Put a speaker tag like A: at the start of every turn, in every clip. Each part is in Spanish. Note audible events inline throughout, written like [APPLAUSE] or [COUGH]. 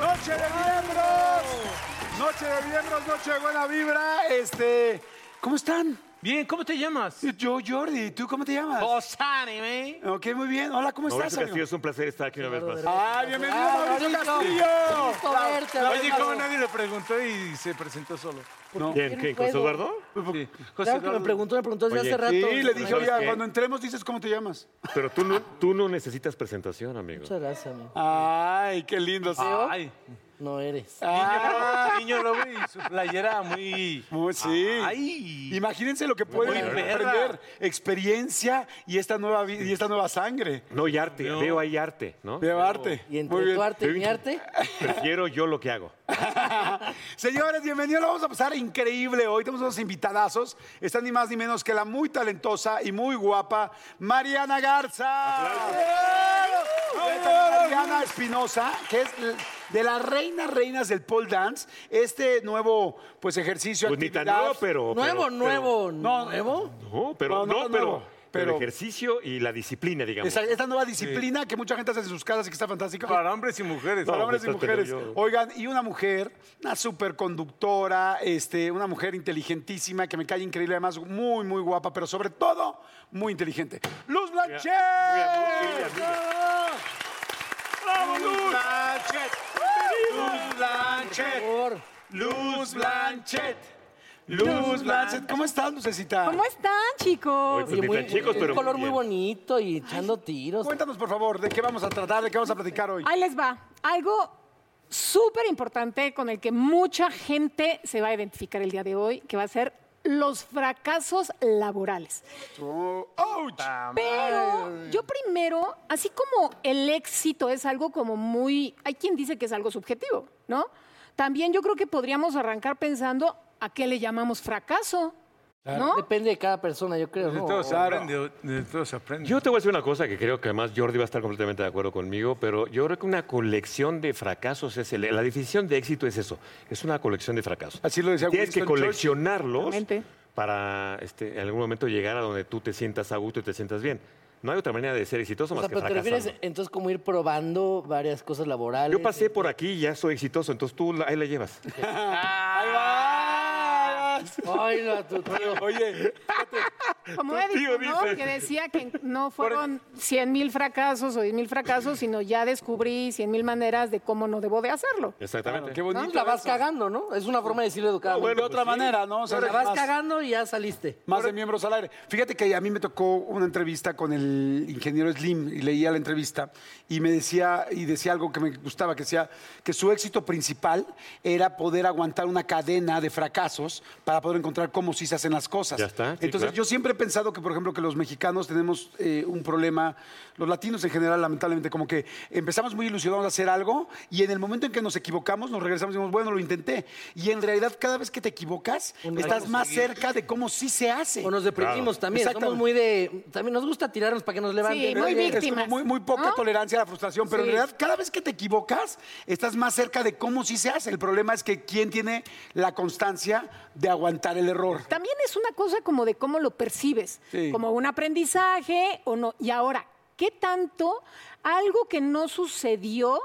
A: Noche de miembros, noche de miembros, noche de buena vibra. Este, ¿cómo están?
B: Bien, ¿cómo te llamas?
A: Yo Jordi, ¿tú cómo te llamas?
B: Bosani, ¿eh?
A: Ok, muy bien. Hola, ¿cómo estás?
C: Mauricio
A: amigo?
C: Castillo, es un placer estar aquí una vez más.
A: Ah, bienvenido Mauricio Castillo.
D: Oye, ¿cómo nadie
A: le preguntó y se presentó solo? No.
C: ¿Quién? ¿Quién? ¿Con
D: puedo.
C: Eduardo?
A: Sí.
D: Claro que me preguntó, me preguntó desde
C: Oye,
D: hace rato.
A: Sí, le dije, oye,
C: ¿Sabes qué?
A: cuando entremos dices cómo te llamas.
C: Pero tú no, tú no necesitas presentación, amigo.
D: Muchas gracias, amigo.
A: Ay, qué lindo. ¿sí?
B: Ay,
D: No eres.
C: Ah,
B: niño Lobo y su playera muy...
A: Muy- sí.
B: Ay.
A: Imagínense lo que pueden
B: Muy perra.
A: aprender, experiencia y esta nueva vi- y esta nueva sangre.
C: No, y arte. Veo ahí arte, ¿no?
A: De arte.
D: Y
A: Muy
D: entre
A: bien.
D: tu arte y mi arte,
C: Prefiero yo lo que hago.
A: [LAUGHS] Señores, bienvenidos. Lo vamos a pasar increíble hoy. Tenemos unos invitadazos. Están ni más ni menos que la muy talentosa y muy guapa Mariana Garza. ¡Bravo! Mariana Espinosa, que es l- de las reinas, reinas del pole dance. Este nuevo pues ejercicio.
C: Pues ni tan
A: actividad-
C: nuevo, pero...
D: nuevo,
C: pero-
D: nuevo,
A: No,
D: nuevo.
C: pero- no, pero...
A: No, no
C: No,
A: tan nuevo,
C: pero...
A: pero-
C: Pero el ejercicio y la disciplina, digamos.
A: Esa- esta nueva disciplina que mucha gente hace en sus casas y que está fantástica.
B: Para hombres y
A: [LAUGHS]
B: mujeres.
A: para
C: No,
A: hombres y
C: pues, pero
A: mujeres.
C: yo-
A: Oigan, y una mujer, una superconductora, este, una mujer inteligentísima que me cae increíble, además muy, muy guapa, pero sobre todo muy inteligente. ¡Luz Blanchet!
C: muy amiga, muy querida
A: ¡Bravo, Luz! Blanchet! ¡Luz Blanchet!
D: Por-
A: ¡Luz Blanchet! ¡Luz Blanchet! ¿Cómo estás, Lucecita?
E: ¿Cómo están, chicos?
C: Oye, pues, ni tan chicos,
D: un
C: pero
D: color muy
C: bien.
D: bonito y echando tiros.
A: Cuéntanos, por favor, de qué vamos a tratar, de qué vamos a platicar hoy.
E: Ahí les va. Algo súper importante con el que mucha gente se va a identificar el día de hoy, que va a ser los fracasos laborales.
A: ¡Ouch!
E: Pero yo primero, así como el éxito es algo como muy, hay quien dice que es algo subjetivo, ¿no? También yo creo que podríamos arrancar pensando a qué le llamamos fracaso, ¿no?
D: Depende de cada persona, yo creo.
B: De
D: ¿no?
B: todo se
A: Claro.
B: aprende, de todo se aprende.
C: Yo te voy a decir una cosa que creo que además Jordi va a estar completamente de acuerdo conmigo, pero yo creo que una colección de fracasos es el, la definición de éxito es eso, es una colección de fracasos.
A: Así lo decía
C: Tienes que
A: Winston
C: coleccionarlos
E: Exactamente.
C: para este, en algún momento llegar a donde tú te sientas a gusto y te sientas bien. No hay otra manera de ser exitoso
D: O
C: más
D: sea,
C: que
D: pero te
C: fracasando.
D: refieres entonces como ir probando varias cosas laborales.
C: Yo pasé por aquí y ya soy exitoso, entonces tú la- ahí la llevas.
A: ¡Ahí va! ahí va.
D: Ay, no, tu
C: [LAUGHS]
D: tío.
A: Oye,
E: Como
C: Tu
E: Edison,
C: tío
E: ¿no?
C: dice.
E: Que decía que no fueron 100 mil fracasos o 10 mil fracasos, sino ya descubrí 100 mil maneras de cómo no debo de hacerlo.
C: Exactamente.
A: qué
D: No,
A: bonito.
D: Pues, la vas
A: eso.
D: cagando, ¿no? Es una forma de decirle educadamente.
A: de otra manera, ¿no? O sea,
D: la
A: nada
D: vas
A: más,
D: cagando y ya saliste.
A: más de miembros al aire. Fíjate que a mí me tocó una entrevista con el ingeniero Slim y leía la entrevista y me decía y decía algo que me gustaba, que decía que su éxito principal era poder aguantar una cadena de fracasos para poder encontrar cómo sí se hacen las cosas.
C: Ya está, sí,
A: Entonces
C: claro.
A: yo siempre he pensado que, por ejemplo, que los mexicanos tenemos eh, un problema, los latinos en general, lamentablemente, como que empezamos muy ilusionados a hacer algo y en el momento en que nos equivocamos, nos regresamos y decimos, bueno, lo intenté. Y en realidad, cada vez que te equivocas, estás más cerca de cómo sí se hace.
D: O nos deprimimos también.
A: Exacto.
D: Somos muy de. También nos gusta tirarnos para que nos levanten.
A: Eh,
E: muy
A: Es
D: Oye,
A: como
E: víctimas,
A: muy, muy poca
E: ¿no?
A: tolerancia a la frustración, pero en
E: Sí.
A: realidad cada vez que te equivocas estás más cerca de cómo sí se hace. El problema es que quién tiene la constancia de aguantar el error.
E: También es una cosa como de cómo lo percibes,
A: Sí.
E: como un aprendizaje o no. Y ahora, ¿Qué tanto algo que no sucedió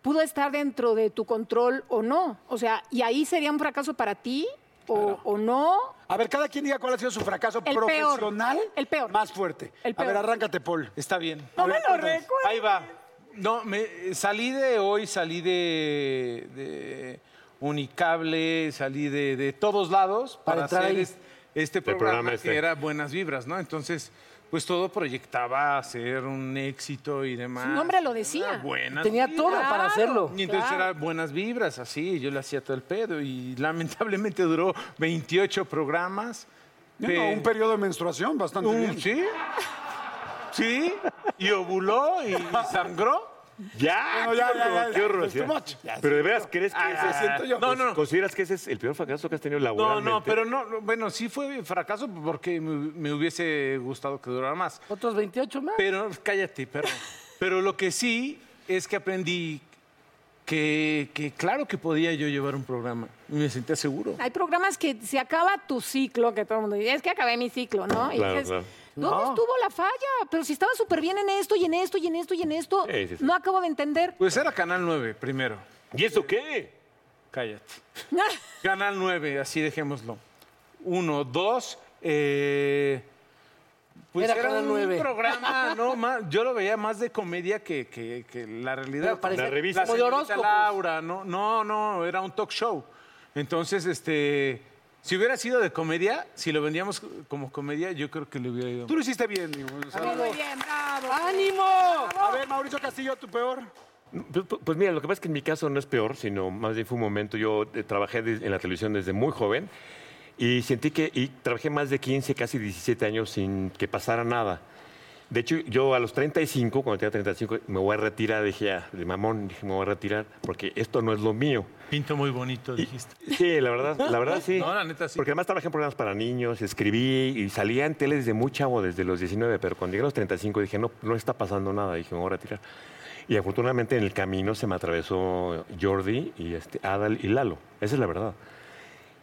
E: pudo estar dentro de tu control o no? O sea, ¿y ahí sería un fracaso para ti o, o no?
A: A ver, cada quien diga cuál ha sido su fracaso
E: El peor.
A: profesional
E: El peor.
A: más fuerte.
E: El
A: A ver,
E: peor.
A: arráncate, Paul.
B: Está bien.
E: No me lo
A: cuéntanos.
E: recuerdo.
B: Ahí va. No, me, salí de hoy, salí de, de Unicable, salí de, de todos lados
D: Para
B: para,
D: entrar
B: hacer
D: ahí.
B: es- este
C: programa
B: programa,
C: este.
B: que era Buenas Vibras, ¿no? Entonces, pues todo proyectaba ser un éxito y demás.
E: Su nombre lo decía.
B: Era Buenas
D: Tenía todo
B: Vibras.
D: para hacerlo.
B: Y entonces
E: Claro.
B: era buenas vibras, así, yo le hacía todo el pedo y lamentablemente duró 28 programas.
A: No,
B: pe-
A: un periodo de menstruación bastante
B: un-
A: bien.
B: sí, sí, y ovuló y, y sangró.
C: Ya,
A: Bueno, ya,
C: qué
A: ya, ya,
C: horror,
A: ya.
C: qué horror,
A: Es
C: ya.
A: too much. Ya,
C: Pero de veras, ¿crees que
B: Ah,
C: ese-
B: siento yo. No, no.
C: ¿Consideras que ese es el peor fracaso que has tenido
B: No,
C: laboralmente?
B: no, pero no, no, bueno, sí fue fracaso porque me, me hubiese gustado que durara más.
D: Otros 28 más.
B: Pero cállate, perro. Pero lo que sí es que aprendí que, que claro que podía yo llevar un programa y me sentía seguro.
E: Hay programas que se acaba tu ciclo, que todo el mundo dice, es que acabé mi ciclo, ¿no? Y
C: Claro,
E: dices,
C: claro.
E: ¿dónde
B: No.
E: estuvo la falla? Pero si estaba súper bien en esto y en esto y en esto y en esto,
C: Sí, sí, sí.
E: no acabo
C: [LAUGHS]
E: de entender.
B: Pues era Canal 9 primero.
C: ¿Y eso qué?
B: Cállate. Canal 9, así dejémoslo. Uno, dos. eh, pues
D: Era
B: era,
D: Canal
B: un
D: 9. [LAUGHS]
B: programa, no, más, yo lo veía más de comedia que, que- que la realidad.
D: Pero parecía
C: La revista.
D: como de
B: señorita
D: horóscopos.
B: Laura, no, no, no, era un talk show. Entonces, este, si hubiera sido de comedia, si lo vendíamos como comedia, yo creo que le hubiera ido.
A: Tú lo hiciste bien, digo, o sea,
E: Muy bien, bravo.
D: ¡Ánimo!
A: A ver, Mauricio Castillo, tu peor.
C: Pues, pues, pues mira, lo que pasa es que en mi caso no es peor, sino más bien fue un momento. Yo eh, trabajé de- en la televisión desde muy joven y sentí que y trabajé más de 15, casi 17 años sin que pasara nada. De hecho, yo a los 35, cuando tenía 35, me voy a retirar, dije ya, de mamón, dije, me voy a retirar porque esto no es lo mío.
B: Pinto muy bonito, dijiste.
C: Sí, la verdad, la verdad sí.
B: No, la neta sí.
C: Porque además trabajé en programas para niños, escribí y salía en tele desde muy chavo, desde los 19, pero cuando llegué a los 35 dije, no, no está pasando nada, dije, me voy a retirar. Y afortunadamente en el camino se me atravesó Jordi y este, Adal y Lalo, esa es la verdad.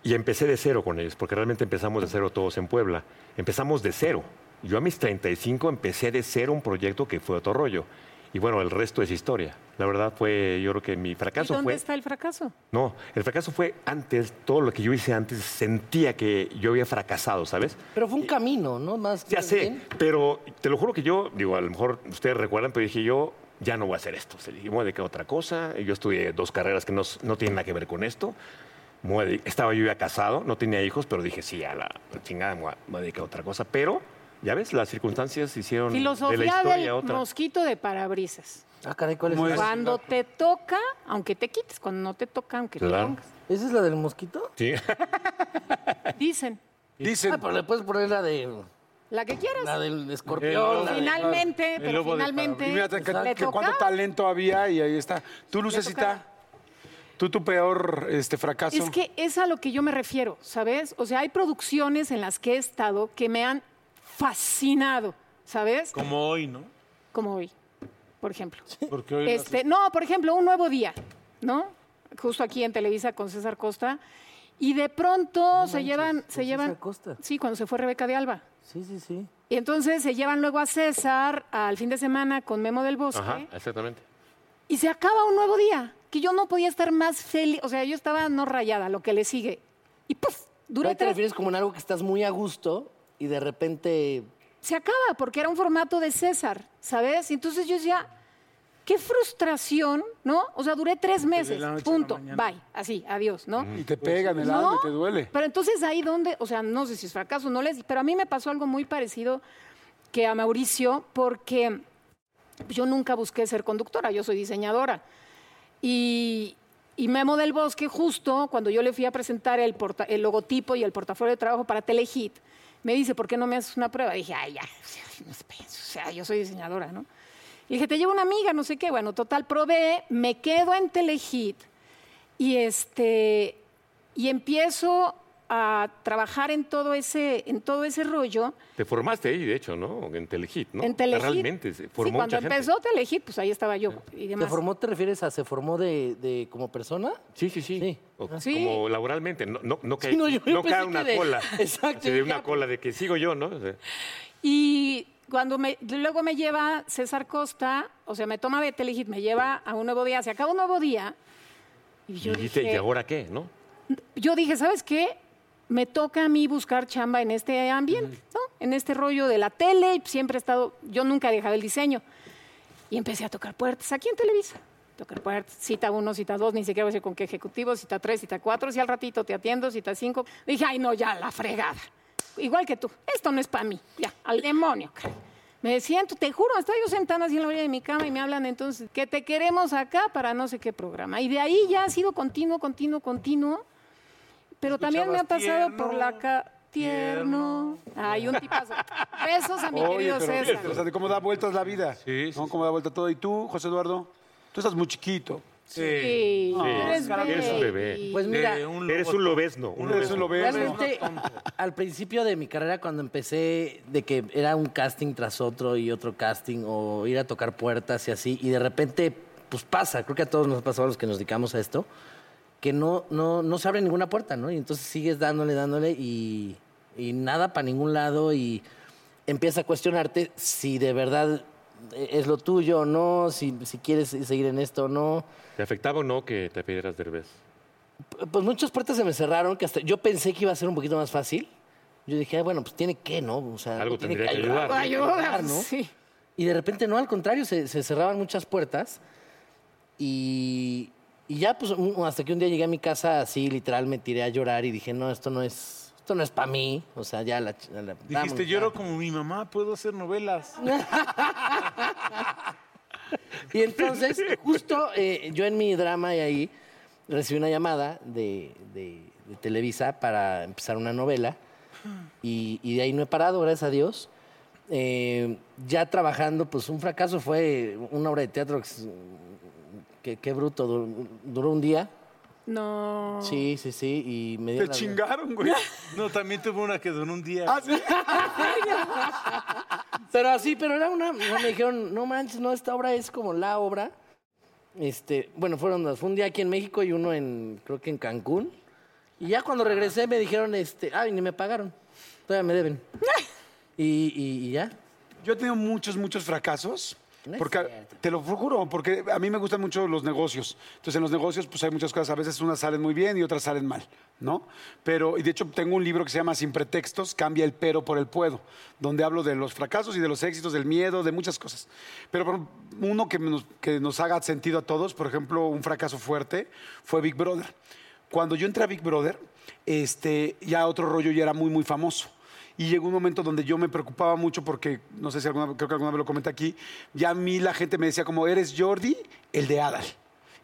C: Y empecé de cero con ellos, porque realmente empezamos de cero todos en Puebla. Empezamos de cero. Yo a mis 35 empecé de cero un proyecto que fue otro rollo. Y bueno, el resto es historia. La verdad fue, yo creo que mi
E: ¿Y
C: fracaso
E: dónde
C: fue...
E: está el fracaso?
C: No, el fracaso fue antes, todo lo que yo hice antes sentía que yo había fracasado, ¿sabes?
D: Pero fue un camino, ¿no? Más
C: Ya sé,
D: bien.
C: pero te lo juro que yo, digo, a lo mejor ustedes recuerdan, pero dije yo, ya no voy a hacer esto. O sea, dije, me voy a dedicar a otra cosa. Yo estudié dos carreras que no, s- no tienen nada que ver con esto. Me voy a dedicar- Estaba yo ya casado, no tenía hijos, pero dije, sí, a la chingada me voy a, me voy a dedicar a otra cosa. Pero, ya ves, las circunstancias hicieron de la
E: Filosofía
C: historia
E: del
C: otra.
E: mosquito de parabrisas.
D: Ah, caray, ¿cuál es?
A: Muy-
D: esa?
E: Cuando te toca, aunque te quites, cuando no te toca, aunque
C: Claro.
E: te pongas.
D: ¿Esa es la del mosquito?
C: Sí.
E: Dicen,
A: Dicen,
D: Ah, pero le puedes poner la de
E: la que quieras.
D: la del escorpión. la de-
E: Finalmente,
B: El
E: pero
B: lobo de
E: finalmente.
A: y mírate que,
E: le
A: que cuánto
E: tocaba.
A: talento había y ahí está. Tú, Lucecita, tú tu peor este, fracaso.
E: Es que es a lo que yo me refiero, ¿sabes? O sea, hay producciones en las que he estado que me han fascinado, ¿sabes?
B: Como hoy, ¿no?
E: Como hoy, por ejemplo.
B: Porque hoy las-
E: Este, no, por ejemplo, un nuevo día, ¿no? Justo aquí en Televisa con César Costa. Y de pronto se
D: manches,
E: llevan,
D: con
E: se
D: César
E: llevan.
D: Costa.
E: Sí, cuando se fue Rebeca de Alba.
D: Sí, sí, sí.
E: Y entonces se llevan luego a César al fin de semana con Memo del
C: [LAUGHS]
E: Bosque.
C: Ajá, exactamente.
E: Y se acaba un nuevo día, que yo no podía estar más feliz. O sea, yo estaba no rayada, lo que le sigue. Y ¡puf!
D: Pero
E: Duré
D: ahí te
E: tres.
D: refieres como en algo que estás muy a gusto y de repente
E: Se acaba, porque era un formato de César, ¿sabes? Y entonces yo decía, qué frustración, ¿no? O sea, duré tres meses,
B: la noche a la
E: punto,
B: mañana.
E: bye, así, adiós, ¿no?
A: Y te pegan el alma y te duele.
E: Pero entonces ahí donde, o sea, no sé si es fracaso, no les, pero a mí me pasó algo muy parecido que a Mauricio, porque yo nunca busqué ser conductora, yo soy diseñadora. Y, y Memo del Bosque, justo cuando yo le fui a presentar el, porta- el logotipo y el portafolio de trabajo para Telehit, me dice, ¿por qué no me haces una prueba? dije, ay, ya, [LAUGHS] no es peso, o sea, yo soy diseñadora, ¿no? Y dije, te llevo una amiga, no sé qué. Bueno, total, probé, me quedo en Telehit y este y empiezo a trabajar en todo ese en todo ese rollo
C: Te formaste ahí, de hecho, ¿no? En Telehit, ¿no?
E: en Telehit.
C: Realmente, se formó
E: sí, cuando
C: mucha gente.
E: empezó Telehit, pues ahí estaba yo y
D: ¿Te
E: demás.
D: formó, te refieres a se formó de, de como persona?
C: Sí, sí, sí.
D: Sí.
C: O-
E: Sí.
C: Como laboralmente, no, no, no, cae,
D: Sí, no, yo- yo
C: no cae
D: pensé que
C: una
D: de-
C: cola.
D: Exacto,
C: Así de
D: yo
C: una
D: dije,
C: cola de que sigo yo, ¿no? O sea,
E: Y Cuando me, luego me lleva César Costa, o sea, me toma de Telehit, me lleva a un nuevo día, se acaba un nuevo día. Y yo
C: y, dijiste,
E: dije,
C: ¿y ahora qué? ¿No?
E: yo dije, ¿sabes qué? Me toca a mí buscar chamba en este ambiente, ¿no? En este rollo de la tele, y siempre he estado, yo nunca he dejado el diseño. Y empecé a tocar puertas aquí en Televisa. Tocar puertas, cita uno, cita dos, ni siquiera voy a decir con qué ejecutivo, cita tres, cita cuatro, si al ratito te atiendo, cita cinco. Dije, ay, no, ya, la fregada. Igual que tú, esto no es para mí, ya, al demonio, caray. Me siento, te juro, estoy yo sentada así en la orilla de mi cama y me hablan entonces que te queremos acá para no sé qué programa. Y de ahí ya ha sido continuo, continuo, continuo. Pero también me ha
B: Escuchabas
E: pasado por
B: tierno,
E: la ca... Tierno. Ay, un tipazo. Besos a mi
A: Oye,
E: querido
A: pero
E: César.
A: fíjate, o sea, de cómo da vueltas la vida.
B: Sí, sí,
A: ¿no?
B: sí.
A: Cómo da vuelta todo. ¿Y tú, José Eduardo? Tú estás muy chiquito.
E: Sí,
C: Sí,
E: eres
C: eres un bebé.
E: baby.
D: Pues mira,
C: Eres un lobesno. un
A: Eres un
C: lobesno.
A: lobero.
D: Realmente, al principio de mi carrera, cuando empecé, de que era un casting tras otro y otro casting, o ir a tocar puertas y así, y de repente, pues pasa, creo que a todos nos ha pasado a los que nos dedicamos a esto, que no, no, no se abre ninguna puerta, ¿no? Y entonces sigues dándole, dándole y, y nada para ningún lado y empieza a cuestionarte si de verdad eh, es lo tuyo o no, si, si quieres seguir en esto o no.
C: ¿Te afectaba o no que te pidieras Derbez?
D: Pues muchas puertas se me cerraron, que hasta yo pensé que iba a ser un poquito más fácil. Yo dije, "Ah, bueno, pues tiene que, ¿no? O sea,
C: Algo
D: tiene
C: tendría que ayudar.
E: Ayuda,
D: ¿no?
E: sí.
D: Y de repente, no, al contrario, se, se cerraban muchas puertas. Y, y ya, pues, un- hasta que un día llegué a mi casa, así, literal, me tiré a llorar y dije, no, esto no es, esto no es para mí. O sea, ya la... ch- la- vámonos,
B: Dijiste,
D: ya".
B: lloro como mi mamá, puedo hacer novelas.
D: Y entonces, justo eh, yo en mi drama y ahí recibí una llamada de, de- de Televisa para empezar una novela. Y, y de ahí no he parado, gracias a Dios. Eh, ya trabajando, pues un fracaso fue una obra de teatro que, s- que- qué bruto, dur- duró un día.
E: No.
D: Sí, sí, sí, y me dio
A: Te
D: la-
A: chingaron,
E: [LAUGHS]
A: güey.
B: No, también tuve una que duró un día.
A: Ah, sí.
D: Pero así, pero era una, no, me dijeron, no manches, no, esta obra es como la obra. Este, bueno, fueron dos, fue un día aquí en México y uno en, creo que en Cancún. Y ya cuando regresé me dijeron, este, ay, ni me pagaron, todavía me deben. y, y- y ya.
A: Yo he tenido muchos, muchos fracasos.
D: No es
A: Porque,
D: cierto.
A: te lo juro, porque a mí me gustan mucho los negocios. Entonces, en los negocios, pues hay muchas cosas. A veces unas salen muy bien y otras salen mal, ¿no? Pero, y de hecho, tengo un libro que se llama Sin Pretextos, cambia el pero por el puedo, donde hablo de los fracasos y de los éxitos, del miedo, de muchas cosas. Pero por ejemplo, uno que nos, que nos haga sentido a todos, por ejemplo, un fracaso fuerte fue Big Brother. Cuando yo entré a Big Brother, este, ya otro rollo ya era muy, muy famoso. Y llegó un momento donde yo me preocupaba mucho porque, no sé si alguna, creo que alguna vez lo comenté aquí, ya a mí la gente me decía como, eres Jordi, el de Adal.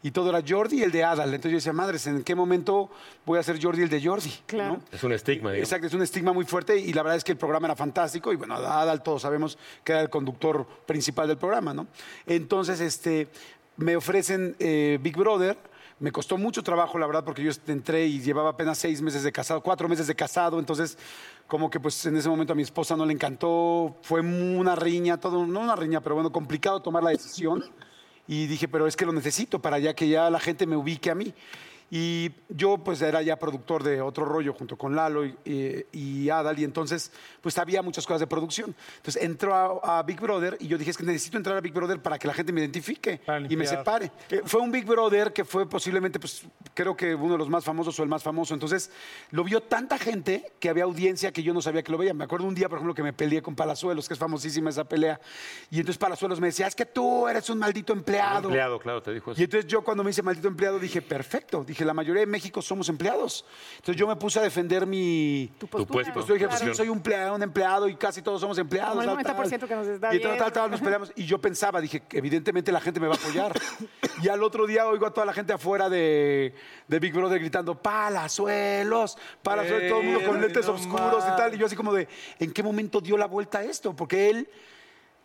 A: Y todo era Jordi, el de Adal. Entonces yo decía, madres, ¿en qué momento voy a ser Jordi, el de Jordi?
E: Claro.
A: ¿No?
C: Es un estigma, digamos.
A: Exacto, es un estigma muy fuerte y la verdad es que el programa era fantástico y bueno, Adal todos sabemos que era el conductor principal del programa, ¿no? Entonces, este, me ofrecen eh, Big Brother. Me costó mucho trabajo, la verdad, porque yo este, entré y llevaba apenas seis meses de casado, cuatro meses de casado, entonces como que pues en ese momento a mi esposa no le encantó, fue una riña, todo, no una riña, pero bueno, complicado tomar la decisión. Y dije, pero es que lo necesito para ya que ya la gente me ubique a mí. Y yo pues era ya productor de otro rollo junto con Lalo y, y- y Adal y entonces pues había muchas cosas de producción. Entonces entró a, a Big Brother y yo dije, es que necesito entrar a Big Brother para que la gente me identifique
B: Para
A: y me
B: limpiar.
A: separe. Eh, fue un Big Brother que fue posiblemente, pues creo que uno de los más famosos o el más famoso. Entonces lo vio tanta gente que había audiencia que yo no sabía que lo veía. Me acuerdo un día, por ejemplo, que me peleé con Palazuelos, que es famosísima esa pelea. Y entonces Palazuelos me decía, es que tú eres un maldito empleado.
C: Empleado, claro, te dijo eso.
A: Y entonces yo cuando me hice maldito empleado dije, perfecto. Dije, la mayoría de México somos empleados. Entonces yo me puse a defender mi...
C: Tu puesto.
A: Pues yo dije,
C: Claro.
A: pues, yo soy un empleado, un empleado y casi todos somos empleados.
E: Como el
A: tal, tal.
E: 90% que nos está
A: Y tal, tal, tal, nos peleamos. Y yo pensaba, dije, que evidentemente la gente me va a apoyar. y al otro día oigo a toda la gente afuera de, de Big Brother gritando, palazuelos, palazuelos, todo el mundo con
B: Ey,
A: lentes
B: Eh, no
A: oscuros y tal. Y yo así como de, ¿en qué momento dio la vuelta a esto? Porque él...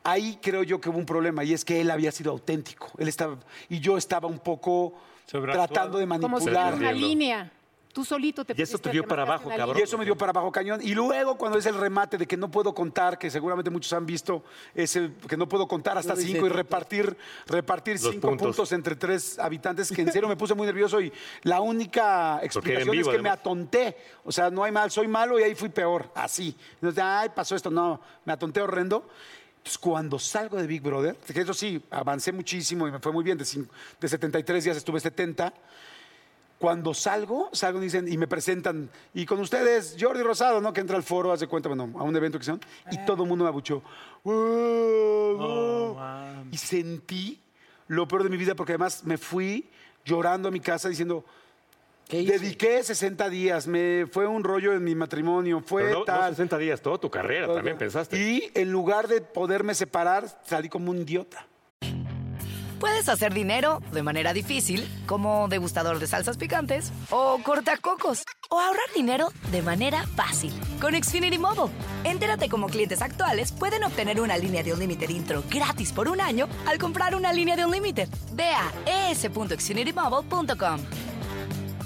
A: Ahí creo yo que hubo un problema y es que él había sido auténtico. Él estaba y yo estaba un poco
B: Sobreactuado.
A: tratando de
E: Como si
A: manipular.
E: fuera una línea. Tú solito te
C: Y eso
E: pusiste-
C: te dio para
E: marcaste
C: abajo,
E: una
C: cabrón.
A: Y eso me dio para abajo cañón. Y luego cuando es el remate de que no puedo contar, que seguramente muchos han visto, ese que no puedo contar hasta
D: dice
A: cinco y
D: Tito.
A: repartir, repartir
C: Los
A: cinco puntos.
C: puntos.
A: entre tres habitantes, que en serio me puse muy nervioso y la única explicación
C: vivo,
A: es que me
C: además.
A: atonté. O sea, no hay mal, soy malo y ahí fui peor, así. Entonces, ay, pasó esto, no, me atonté horrendo. Entonces, cuando salgo de Big Brother, que eso sí, avancé muchísimo y me fue muy bien. De, cin- de 73 días estuve 70. Cuando salgo, salgo y dicen, y me presentan, y con ustedes, Jordi Rosado, ¿no? Que entra al foro, hace cuenta, bueno, a un evento que son, y todo el mundo me abuchó. "Uh, y sentí lo peor de mi vida, porque además me fui llorando a mi casa diciendo,
D: ¿Qué hice?
A: dediqué 60 días, me fue un rollo en mi matrimonio, fue
C: Pero no, no
A: tal.
C: 60 días, toda tu carrera también pensaste.
A: Y en lugar de poderme separar, salí como un idiota.
F: Puedes hacer dinero de manera difícil, como degustador de salsas picantes, o cortacocos, o ahorrar dinero de manera fácil con Xfinity Mobile. Entérate cómo clientes actuales pueden obtener una línea de un límite intro gratis por un año al comprar una línea de un límite. Ve a es.xfinitymobile.com.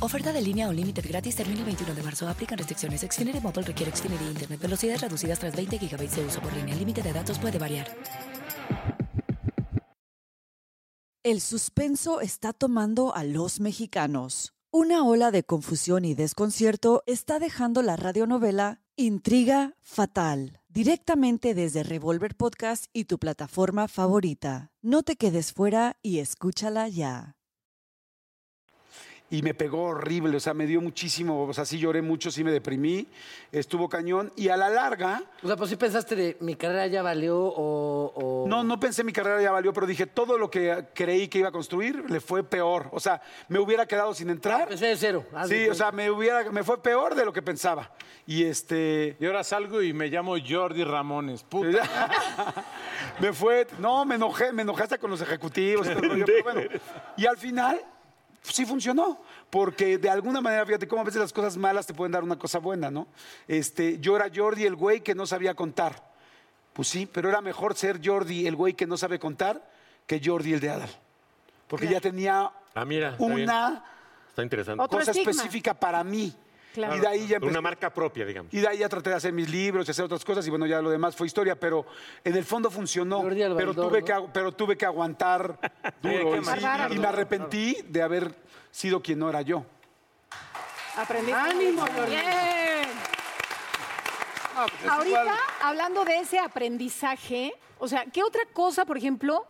F: Oferta de línea o límite gratis termina el 21 de marzo. Aplican restricciones. Xfinity Mobile requiere Xfinity Internet. Velocidades reducidas tras 20 GB de uso por línea. El límite de datos puede variar.
G: El suspenso está tomando a los mexicanos. Una ola de confusión y desconcierto está dejando la radionovela Intriga Fatal, directamente desde Revolver Podcast y tu plataforma favorita. No te quedes fuera y escúchala ya.
A: y me pegó horrible, o sea, me dio muchísimo, o sea, sí lloré mucho, sí me deprimí, estuvo cañón y a la larga,
D: O sea, pues sí pensaste de mi carrera ya valió o.
C: Oh.
D: o-
A: no, no pensé mi carrera ya valió, pero dije, todo lo que creí que iba a construir le fue peor, o sea, me hubiera quedado sin
C: Ah,
A: entrar.
D: Empecé de cero. Ah, haz de
A: Sí, o
D: cuenta.
A: sea, me, hubiera, me fue peor de lo que pensaba. Y este...
B: Y ahora salgo y me llamo Jordi Ramones. Puta.
A: [LAUGHS] me fue, no, me enojé, me enojé hasta con los ejecutivos. y todo el rollo, pero bueno. y al final sí funcionó, porque de alguna manera, fíjate cómo a veces las cosas malas te pueden dar una cosa buena, ¿no? Este, yo era Jordi el güey que no sabía contar. Pues sí, pero era mejor ser Jordi el güey que no sabe contar que Jordi el de Adal. Porque ya tenía
C: Ah, mira, está bien.
A: una
C: Está interesante.
E: Otro
A: cosa
E: estigma.
A: específica para mí.
E: Claro.
A: Y de ahí ya empecé-
C: Una marca propia, digamos.
A: y de ahí ya traté de hacer mis libros y hacer otras cosas y bueno, ya lo demás fue historia, pero en el fondo funcionó.
D: Jordi
A: Pero
D: Albaldor,
A: tuve,
D: ¿no?
A: que, agu- pero tuve que [LAUGHS] aguantar duro y, sí,
E: aguantar,
A: y me arrepentí de haber sido quien no era yo.
E: Aprendiste.
A: ¡Ánimo,
E: mucho.
A: Jordi!
E: Bien. Ahorita, hablando de ese aprendizaje, o sea, ¿qué otra cosa, por ejemplo,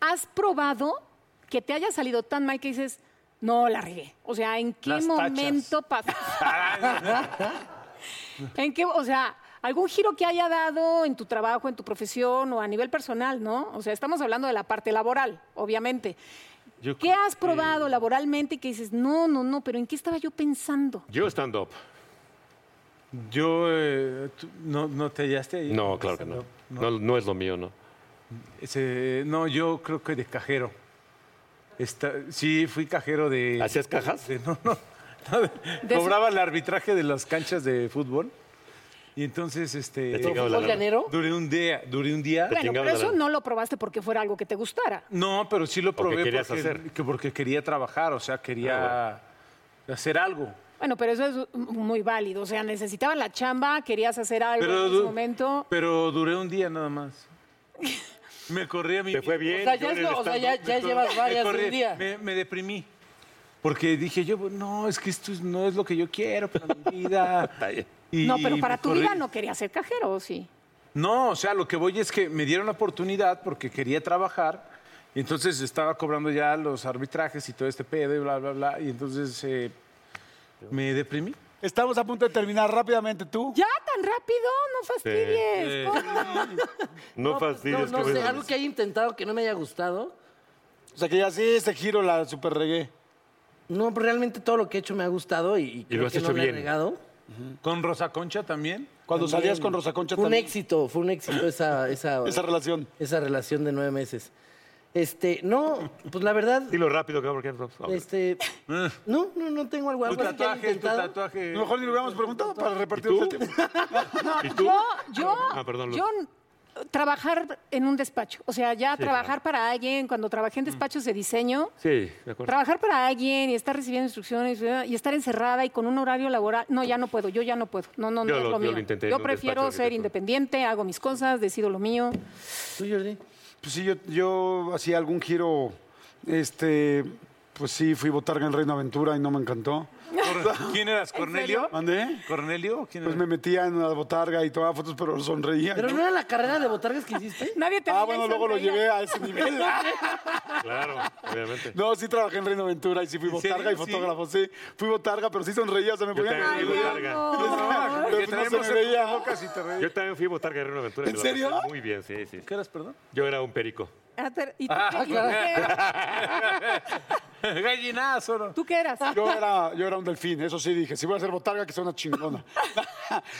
E: has probado que te haya salido tan mal que dices, no, la regué? O sea, ¿en qué
B: Las tachas.
E: momento pasó? ¿En qué, o sea, algún giro que haya dado en tu trabajo, en tu profesión o a nivel personal, ¿no? O sea, estamos hablando de la parte laboral, obviamente.
C: Yo
E: ¿Qué
C: creo
E: has probado laboralmente que dices, no, no, no, pero ¿en qué estaba yo pensando?
C: Yo stand-up.
B: Yo, eh, tú- no, ¿no te hallaste ahí?
C: No, claro que no. No, no es lo mío, ¿no?
B: Ese, no, yo creo que de cajero. Está- sí, fui cajero de...
C: ¿Hacías cajas?
B: de- no, no. no, de-
E: De
B: cobraba el arbitraje de las canchas de fútbol. Y entonces, este...
C: Te chingaba la
D: ¿Fútbol
C: lana.
D: llanero?
B: Duré un día, duré un día.
C: Te
E: Bueno,
C: chingaba
E: pero
C: la
E: eso
C: lana.
E: no lo probaste porque fuera algo que te gustara.
B: No, pero sí lo
C: que
B: probé
C: querías
B: porque,
C: hacer. Ah,
B: que porque quería trabajar, o sea, quería hacer algo.
E: Bueno, pero eso es m- muy válido. O sea, necesitabas la chamba, querías hacer algo
B: Pero,
E: en ese
B: du-
E: momento.
B: pero duré un día nada más. Me corrí a mi...
C: Te fue bien.
D: O sea,
C: yo
D: ya, es
C: en el
D: lo- o sea, ya-
C: stand-up me
D: ya
C: corrí-
D: llevas varias de
B: corrí,
D: un día.
B: Me, me deprimí. Porque dije yo, no, es que esto no es lo que yo quiero para
D: [LAUGHS]
B: mi vida.
C: bien.
B: Y
E: no, pero
B: me
E: para tu
B: corrí.
E: vida no querías ser cajero, ¿o sí.
B: No, o sea, lo que voy es que me dieron la oportunidad porque quería trabajar. Y entonces estaba cobrando ya los arbitrajes y todo este pedo y bla, bla, bla. Y entonces eh, me deprimí.
A: Estamos a punto de terminar rápidamente tú.
E: Ya tan rápido, no fastidies. porfa.
C: No
D: No,
C: fastidies.
D: no
C: que
D: sé,
C: voy a-
D: algo que haya intentado que no me haya gustado.
A: O sea, que ya sí, este giro la super regué.
D: No, pero realmente todo lo que he hecho me ha gustado y, y creo
C: lo has
D: que
C: hecho
D: no le he
C: bien.
D: negado.
B: Con Rosa Concha también.
A: Cuando salías con Rosa Concha
D: Fue un
A: también,
D: éxito, fue un éxito esa, esa,
A: [CLEARS THROAT] esa relación.
D: esa relación de nueve meses. Este, no, pues la verdad,
C: Dilo rápido, cabrón, porque no- ahora.
D: este,
A: Ah.
D: no, no, no tengo algo,
B: Tu
D: algo así que haya
B: tatuaje, tu
D: intentado.
A: A
B: tatuaje.
A: lo mejor ni lo hubiéramos preguntado para repartir el tiempo.
C: ¿Y tú?
E: Yo, yo,
C: Ah, perdón, Luz.
E: yo n- trabajar en un despacho. O sea, ya trabajar para alguien, cuando trabajé
C: Mm.
E: en despachos de diseño,
C: Sí, de acuerdo.
E: trabajar para alguien y estar recibiendo instrucciones ¿verdad? y estar encerrada y con un horario laboral, no, ya no puedo, yo ya no puedo. No, no, no
C: Yo
E: es
C: lo-
E: lo,
C: yo
E: mío.
C: lo intenté en
E: yo
C: un
E: prefiero
C: despacho de
E: ser
C: arquitectura.
E: independiente, hago mis cosas, decido lo mío.
D: ¿Tú, Jordi?
A: Pues sí, yo, yo hacía algún giro, este, Pues sí, fui botarga en Reino Aventura y no me encantó.
B: Cor- [LAUGHS] ¿Quién eras? ¿Cornelio?
A: ¿Mandé?
B: ¿Cornelio? ¿Quién
A: Pues
B: eras?
A: me metía en la botarga y tomaba fotos, pero sonreía.
D: Pero no era la carrera de botargas que hiciste.
E: Nadie te
A: Ah,
E: veía
A: bueno,
E: y
A: luego lo
E: sonreía.
A: llevé a
D: [LAUGHS]
A: ese nivel.
C: Claro, obviamente.
A: No, sí trabajé en Reino Aventura y sí fui
B: ¿En serio?
A: botarga y
B: Sí.
A: fotógrafo, sí. Fui botarga, pero sí sonreía, o sea, me
C: Yo
A: ponía...
C: también fui botarga.
B: Ah,
A: Pero
B: que
A: pues no se
B: traemos
A: me veía.
B: cubrebocas y te reí.
C: Yo también fui botarga de Reino Aventura. y
A: ¿En
C: me la
A: serio?
C: pasé Muy bien, sí, sí.
B: ¿Qué eras, perdón?
C: Yo era un [LAUGHS] perico.
E: Ah, pero- ¿Y tú, qué, y tú qué-
B: [LAUGHS] Gallinazo, ¿no?
E: tú qué eras?
A: Yo era, yo era un delfín, eso sí dije. Si voy a ser botarga, que sea
D: [LAUGHS]
A: una chingona.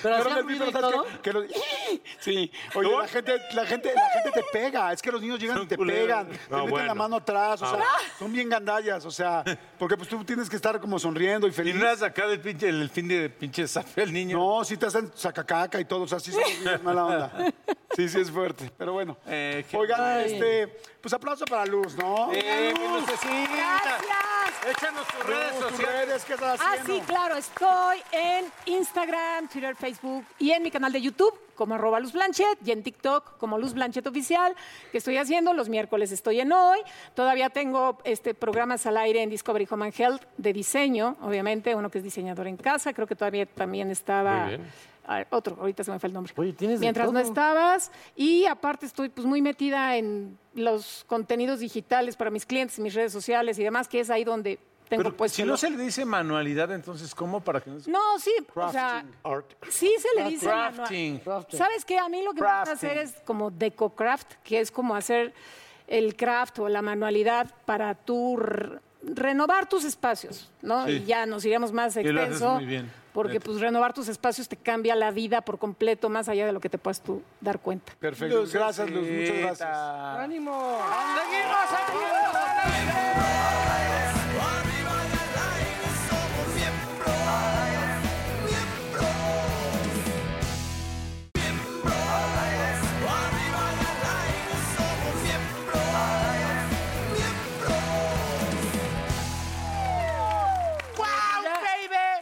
A: Yo era un
D: hacía ruido y
A: ¿sabes
D: todo?
A: qué? Que los- [LAUGHS] Sí. Oye, la, gente, la, gente, la gente te pega. Es que los niños llegan y te
C: culeros.
A: pegan. te
C: No,
A: meten la
C: bueno.
A: mano atrás. O
C: Ah,
A: sea, son bien gandallas. O sea, porque pues tú tienes que estar como sonriendo y
B: Y
A: feliz.
B: no has sacado el pinche, el fin de pinche zafé al niño.
A: No, sí te hacen sacacaca y todo, o sea, sí son niños mala onda. Sí, sí es fuerte, pero bueno.
B: Eh, qué-
A: Oigan, este, pues aplauso para Luz, ¿no?
B: Eh, mi
A: Luz,
B: lucecita. Échanos tus redes
A: tus
B: sociales.
A: redes, ¿qué estás
E: Ah,
A: haciendo?
E: sí, claro, estoy en Instagram, Twitter, Facebook y en mi canal de YouTube como arroba Luz Blanchet y en TikTok como Luz Blanchet Oficial, que estoy haciendo los miércoles, estoy en hoy. Todavía tengo este, programas al aire en Discovery Home and Health de diseño, obviamente, uno que es diseñador en casa, creo que todavía también estaba...
C: Muy bien.
E: a ver, otro, ahorita se me fue el nombre.
D: Oye, tienes de
E: Mientras no
D: todo.
E: estabas. Y aparte estoy pues muy metida en los contenidos digitales para mis clientes, mis redes sociales y demás, que es ahí donde
B: Pero
E: tengo
B: pues,
E: puesto
B: si no
E: lo-
B: se le dice manualidad, entonces, ¿cómo? Para que no se...
E: no, sí, o sea, sí se le dice
B: Crafting.
E: manual. ¿Sabes qué? A mí lo que me gusta hacer es como decocraft, que es como hacer el craft o la manualidad para tu r- renovar tus espacios, ¿no?
B: Sí.
E: Y ya nos iremos más
B: Y lo haces
E: extenso.
B: muy bien,
E: Porque
B: neta.
E: pues renovar tus espacios te cambia la vida por completo, más allá de lo que te puedas tú dar cuenta.
A: Perfecto. gracias, Luz, muchas gracias.
D: ¡Ánimo!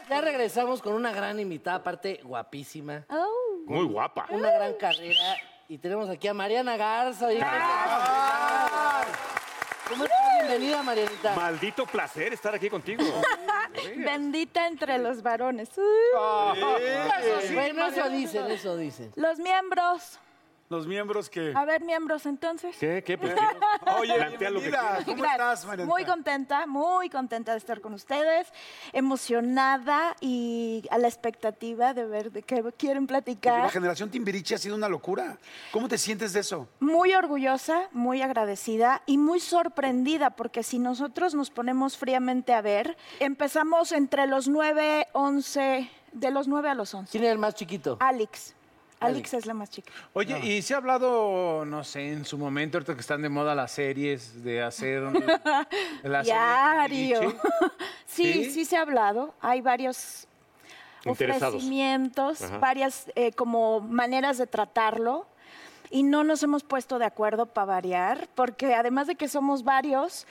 D: Ya regresamos con una gran invitada, aparte guapísima,
C: Muy guapa.
D: una gran carrera. Y tenemos aquí a Mariana Garza. oye, qué ¿Cómo estás? Bienvenida, Marianita.
C: Maldito placer estar
D: [LAUGHS]
C: aquí contigo.
H: Bendita entre los varones. Uh,
D: bueno, eso dicen, eso dicen.
H: Los miembros.
A: Los miembros que...
H: A ver, miembros, entonces.
C: ¿Qué? ¿Qué? Pues,
A: Oye,
C: Plantea lo que
A: bienvenida. ¿Cómo estás,
H: Gracias.
A: Mariana?
H: Muy contenta, muy contenta de estar con ustedes, emocionada y a la expectativa de ver de qué quieren
A: La
H: platicar.
A: generación Timbiriche ha sido una locura. ¿Cómo te sientes de eso?
H: Muy orgullosa, muy agradecida y muy sorprendida, porque si nosotros nos ponemos fríamente a ver, empezamos entre los 9, 11, de los 9 a los 11.
D: ¿Quién es el más chiquito?
H: Alex. Alex es la más chica.
B: Oye, y se ha hablado, no sé, en su momento, ahorita que están de moda las series de hacer... la serie
H: Diario.
B: Timbiriche.
H: Sí,
B: ¿Sí?
H: sí, se ha hablado. Hay varios
C: Interesados.
H: ofrecimientos,
C: Ajá.
H: varias eh, como maneras de tratarlo. Y no nos hemos puesto de acuerdo para variar, porque además de que somos varios,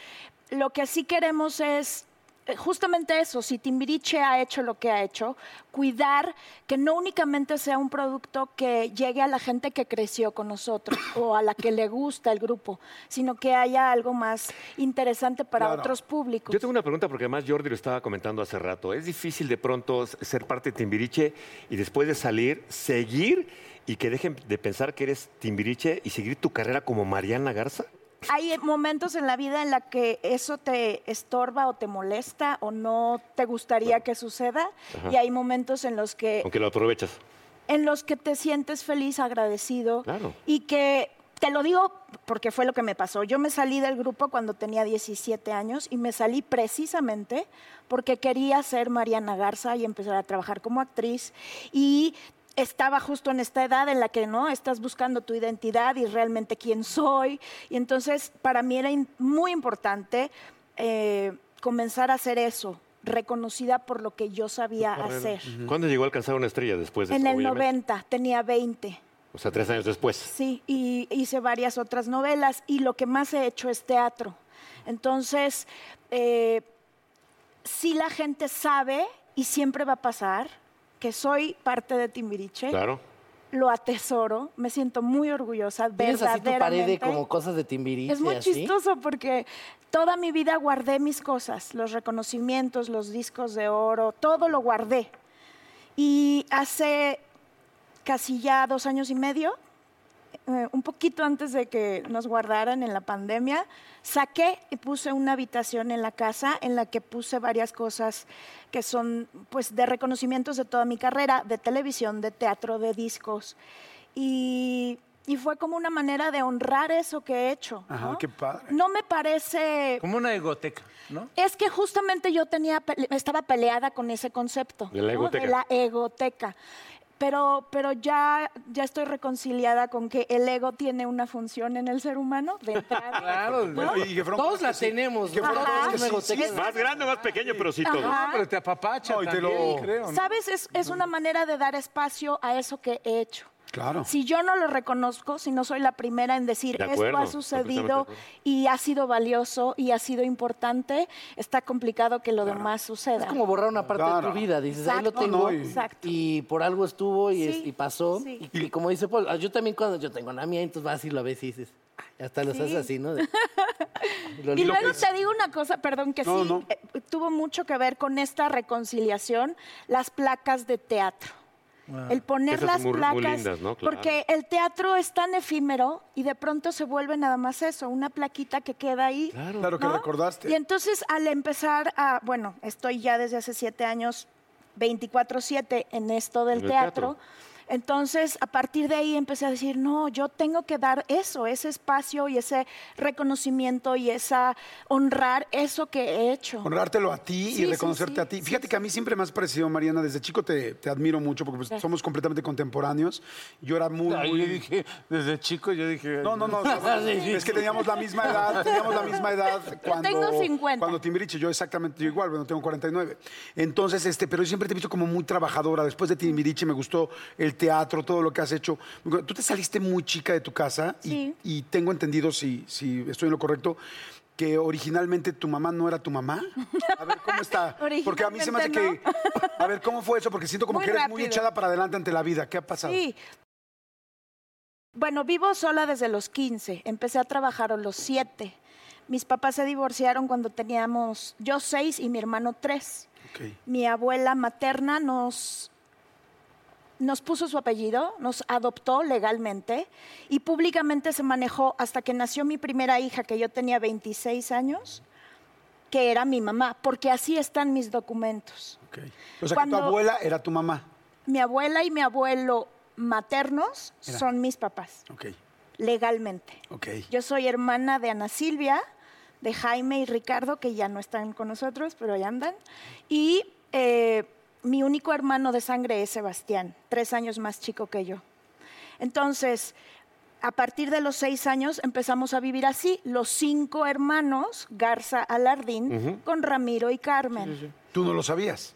H: lo que sí queremos es eh, justamente eso, si Timbiriche ha hecho lo que ha hecho, cuidar que no únicamente sea un producto que llegue a la gente que creció con nosotros o a la que le gusta el grupo, sino que haya algo más interesante para
A: Claro.
H: otros públicos.
C: Yo tengo una pregunta porque además Jordi lo estaba comentando hace rato. Es difícil de pronto s- ser parte de Timbiriche y después de salir, seguir y que dejen de pensar que eres Timbiriche y seguir tu carrera como Mariana Garza.
H: Hay momentos en la vida en la que eso te estorba o te molesta o no te gustaría que suceda y hay momentos en los que
C: [LAUGHS] Aunque lo aprovechas.
H: en los que te sientes feliz, agradecido
C: Claro.
H: y que te lo digo porque fue lo que me pasó. Yo me salí del grupo cuando tenía 17 años y me salí precisamente porque quería ser Mariana Garza y empezar a trabajar como actriz y estaba justo en esta edad en la que no estás buscando tu identidad y realmente quién soy y entonces para mí era in- muy importante eh, comenzar a hacer eso reconocida por lo que yo sabía hacer.
C: ¿Cuándo llegó a alcanzar una estrella después de
H: En
C: eso,
H: el
C: obviamente?
H: 90, tenía 20.
C: O sea, tres años después.
H: Sí, y hice varias otras novelas y lo que más he hecho es teatro. Entonces, eh, sí la gente sabe y siempre va a pasar que soy parte de Timbiriche
C: Claro.
H: lo atesoro, me siento muy orgullosa,
D: Tienes así tu pared de
H: verdaderamente.
D: como cosas de timbiriche,
H: Es muy
D: así.
H: chistoso porque toda mi vida guardé mis cosas, los reconocimientos, los discos de oro, todo lo guardé. Y hace casi ya dos años y medio, eh, un poquito antes de que nos guardaran en la pandemia, saqué y puse una habitación en la casa en la que puse varias cosas que son pues de reconocimientos de toda mi carrera, de televisión, de teatro, de discos. Y, y fue como una manera de honrar eso que he hecho.
A: Ajá,
H: ¿no?
A: qué padre.
H: No me parece...
B: Como una egoteca, ¿no?
H: Es que justamente yo tenía, pele- estaba peleada con ese concepto.
C: De la
H: ¿no?
C: egoteca.
H: De la egoteca. Pero, pero ya, ya estoy reconciliada con que el ego tiene una función en el ser humano. De entrada.
D: Claro,
A: Bueno, y que fueron-
D: todos la tenemos.
A: que
D: ¿no?
A: fueron
D: Todos
A: cosas que
D: tenemos
A: sí
D: goteca.
C: Más grande, más pequeño, pero sí todo.
H: Ajá.
B: Pero te apapacha
A: No, y te
B: también,
A: lo-
B: creo, ¿no?
H: ¿Sabes? Es, es una manera de dar espacio a eso que eh, he hecho.
A: Claro.
H: Si yo no lo reconozco, si no soy la primera en decir
C: De
H: esto
C: acuerdo,
H: ha
C: completamente de
H: sucedido
C: acuerdo.
H: y ha sido valioso y ha sido importante, está complicado que lo demás suceda.
D: Es como borrar una parte
A: Claro.
D: de tu vida. Dices, ahí lo
H: Exacto,
D: tengo.
A: no, y-
H: Exacto.
D: Y por algo estuvo y, es-
H: Sí,
D: y pasó.
H: sí.
D: Y, y como dice Paul, ah, yo también cuando yo tengo una mía, entonces vas y lo ves y dices, ya está, lo haces así, ¿no?
H: [LAUGHS]
D: De- lo
H: Y
D: lindo que
H: luego
D: es.
H: te digo una cosa, perdón, que
A: No,
H: sí,
A: no.
H: eh, tuvo mucho que ver con esta reconciliación, las placas de teatro. El poner
C: Esas
H: las
C: muy- muy
H: placas,
C: lindas, ¿no? Claro.
H: porque el teatro es tan efímero y de pronto se vuelve nada más eso, una plaquita que queda ahí.
A: Claro que
H: ¿no?
A: recordaste.
H: Y entonces al empezar a, bueno, estoy ya desde hace siete años 24/7 en esto del
C: En el
H: teatro.
C: teatro.
H: Entonces, a partir de ahí empecé a decir, no, yo tengo que dar eso, ese espacio y ese reconocimiento y esa honrar eso que he hecho.
A: Honrártelo a ti
H: Sí,
A: y
H: sí,
A: reconocerte
H: sí.
A: a ti. Fíjate que a mí siempre me has parecido, Mariana, desde chico te, te admiro mucho porque pues, somos completamente contemporáneos. Yo era muy...
B: Ahí
A: muy-
B: yo dije, desde chico yo dije...
A: No, no, no.
H: [LAUGHS]
A: es que teníamos la misma edad, teníamos la misma edad cuando...
H: tengo 50.
A: Cuando Timbiriche, yo exactamente, yo igual, bueno, tengo 49. Entonces, este, pero yo siempre te he visto como muy trabajadora. Después de Timbiriche me gustó el teatro, todo lo que has hecho. Tú te saliste muy chica de tu casa y-
H: Sí.
A: y, tengo entendido, si, si estoy en lo correcto, que originalmente tu mamá no era tu mamá. A ver, ¿cómo
H: [LAUGHS]
A: está? Porque a mí se me hace que...
H: Originalmente
A: A ver, ¿cómo fue eso? Porque siento como
H: Muy
A: que eres muy
H: rápido.
A: echada para adelante ante la vida. ¿Qué ha pasado?
H: Sí. Bueno, vivo sola desde los 15. Empecé a trabajar a los 7. Mis papás se divorciaron cuando teníamos yo 6 y mi hermano 3.
A: Ok.
H: Mi abuela materna nos, nos puso su apellido, nos adoptó legalmente y públicamente se manejó hasta que nació mi primera hija, que yo tenía 26 años, que era mi mamá, porque así están mis documentos.
A: ok. O sea,
H: Cuando-
A: que tu abuela era tu mamá.
H: Mi abuela y mi abuelo maternos
A: Era.
H: son mis papás,
A: Ok,
H: legalmente.
A: ok.
H: Yo soy hermana de Ana Silvia, de Jaime y Ricardo, que ya no están con nosotros, pero ahí andan. Y eh, mi único hermano de sangre es Sebastián, tres años más chico que yo. Entonces, a partir de los seis años empezamos a vivir así, los cinco hermanos, Garza Alardín, con Ramiro y Carmen. Sí,
A: ¿Tú no lo sabías?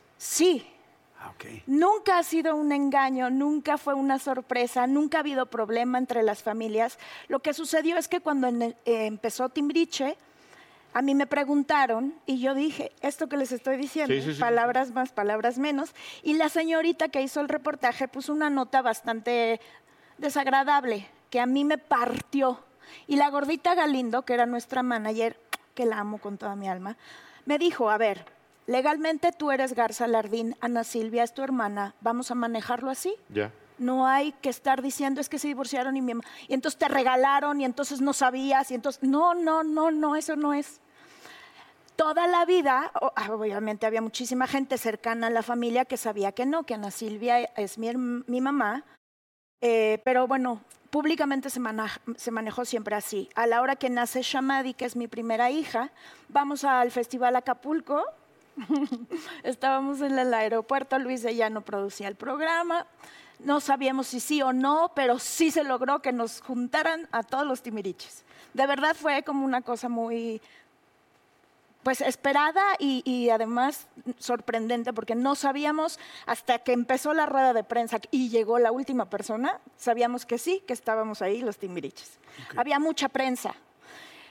A: Ah, ok.
H: Nunca ha sido un engaño, nunca fue una sorpresa, nunca ha habido problema entre las familias. Lo que sucedió es que cuando en el- eh, empezó Timbriche, a mí me preguntaron y yo dije, esto que les estoy diciendo,
C: Sí, sí, sí,
H: palabras más, palabras menos. Y la señorita que hizo el reportaje puso una nota bastante desagradable que a mí me partió. Y la gordita Galindo, que era nuestra manager, que la amo con toda mi alma, me dijo, a ver, legalmente tú eres Garza Lardín, Ana Silvia es tu hermana, vamos a manejarlo así.
C: Ya.
H: No hay que estar diciendo es que se divorciaron y mi mamá- y entonces te regalaron y entonces no sabías y entonces no, no, no, no, eso no es. Toda la vida, o- ah, obviamente había muchísima gente cercana a la familia que sabía que no, que Ana Silvia es mi, herm- mi mamá, eh, pero bueno, públicamente se, manaj- se manejó siempre así. A la hora que nace Shamadi, que es mi primera hija, vamos al Festival Acapulco. [LAUGHS] Estábamos en el aeropuerto, Luis de Llano producía el programa. No sabíamos si sí o no, pero sí se logró que nos juntaran a todos los timiriches. De verdad fue como una cosa muy pues esperada y, y además sorprendente porque no sabíamos hasta que empezó la rueda de prensa y llegó la última persona, sabíamos que sí, que estábamos ahí los timbiriches. Había mucha prensa.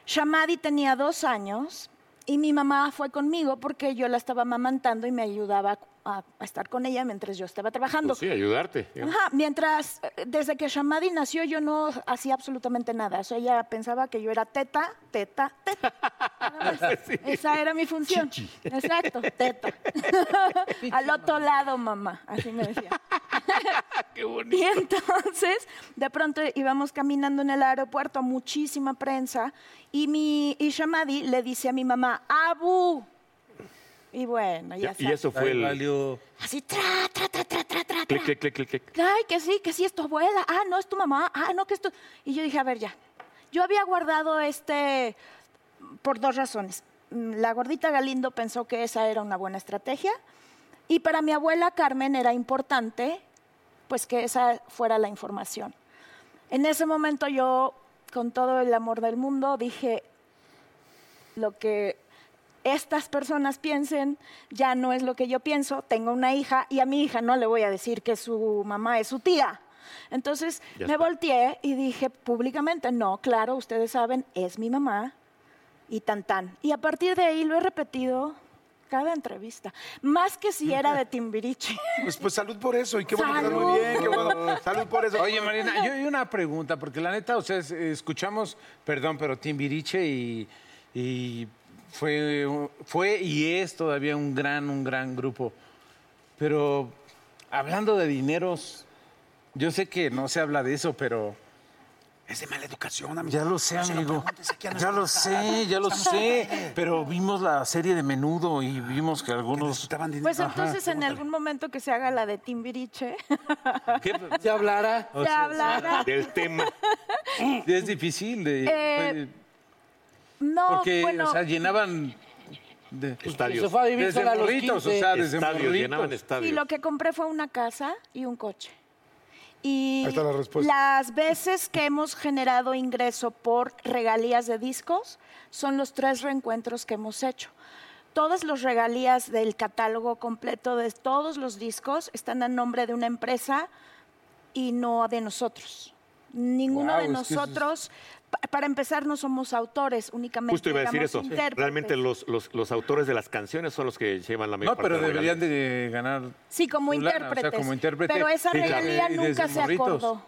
H: Shamadi tenía dos años Y mi mamá fue conmigo porque yo la estaba amamantando y me ayudaba a, a estar con ella mientras yo estaba trabajando.
I: Pues sí, ayudarte. digamos.
H: Ajá, mientras, eh, desde que Shamadi nació, yo no hacía absolutamente nada. O sea, ella pensaba que yo era teta, teta, teta. Nada más. Esa era mi función. Exacto, teta. Al otro lado, mamá. Así me decía.
I: Qué bonito.
H: Y entonces, de pronto íbamos caminando en el aeropuerto, muchísima prensa, y mi y Shamadi le dice a mi mamá, ¡Abu! Y bueno, ya,
C: Y
H: sabes.
C: eso fue el...
H: Así, tra, tra, tra, tra, tra, tra.
C: Clic, clic, clic, clic, clic.
H: Ay, que sí, que sí, es tu abuela. Ah, no, es tu mamá. Ah, no, que es tu... Y yo dije, a ver, ya. Yo había guardado este por dos razones. Mm, La gordita Galindo pensó que esa era una buena estrategia y para mi abuela Carmen era importante pues que esa fuera la información. En ese momento yo, con todo el amor del mundo, dije, lo que estas personas piensen ya no es lo que yo pienso. Tengo una hija y a mi hija no le voy a decir que su mamá es su tía. Entonces
C: Ya
H: me
C: está.
H: volteé y dije públicamente, no, claro, ustedes saben, es mi mamá y tan tan. Y a partir de ahí lo he repetido cada entrevista, más que si era de Timbiriche.
A: Pues, pues salud por eso. Y qué bueno que estás
H: Salud.
A: muy bien. Qué bueno. Salud por eso.
H: [LAUGHS]
B: Oye, Mariana, yo hay una pregunta, porque la neta, o sea, es- escuchamos, perdón, pero Timbiriche y, y fue, fue y es todavía un gran, un gran grupo. Pero hablando de dineros, yo sé que no se habla de eso, pero
A: Es de mala educación, amigo.
B: ya lo sé,
A: No se lo
B: amigo.
A: preguntes aquí a
B: Ya
A: nuestro
B: lo
A: invitado.
B: [LAUGHS] sé, ya lo
A: Estamos al
B: sé.
A: aire.
B: Pero vimos la serie de menudo y vimos que
A: Que
B: algunos.
A: necesitaban dinero.
H: Pues entonces en algún momento que se haga la de Timbiriche, [LAUGHS]
D: Si hablara,
B: [LAUGHS]
H: se hablará. [LAUGHS]
C: Del tema.
B: [LAUGHS]
H: Pues
B: Es difícil. de-
H: Eh, No,
B: porque,
H: bueno,
B: o sea, llenaban. de-
D: se
C: Estadios.
D: fue a vivir
B: Desde
D: sola a los
B: morritos, o
D: 15.
B: sea, desde
C: Estadios, llenaban
B: morritos.
C: estadios.
H: sí, lo que compré fue una casa y un coche. Y
A: Ahí está la respuesta.
H: las veces que hemos generado ingreso por regalías de discos son los tres reencuentros que hemos hecho. Todas las regalías del catálogo completo de todos los discos están a nombre de una empresa y no de nosotros. Ninguno
B: Guau,
H: de
B: es que eso es-
H: nosotros, pa- para empezar, no somos autores, únicamente
C: Justo iba a decir
H: éramos
C: eso.
H: intérpretes.
C: Realmente los, los, los autores de las canciones son los que llevan la mayor
B: No, pero
C: parte de la
B: deberían
C: regalía.
B: de ganar.
H: Sí, como
B: su lana,
H: intérpretes.
B: O sea, como intérprete.
H: Pero esa
B: Y la-
H: regalía
B: y desde
H: nunca se
B: morritos.
H: acordó.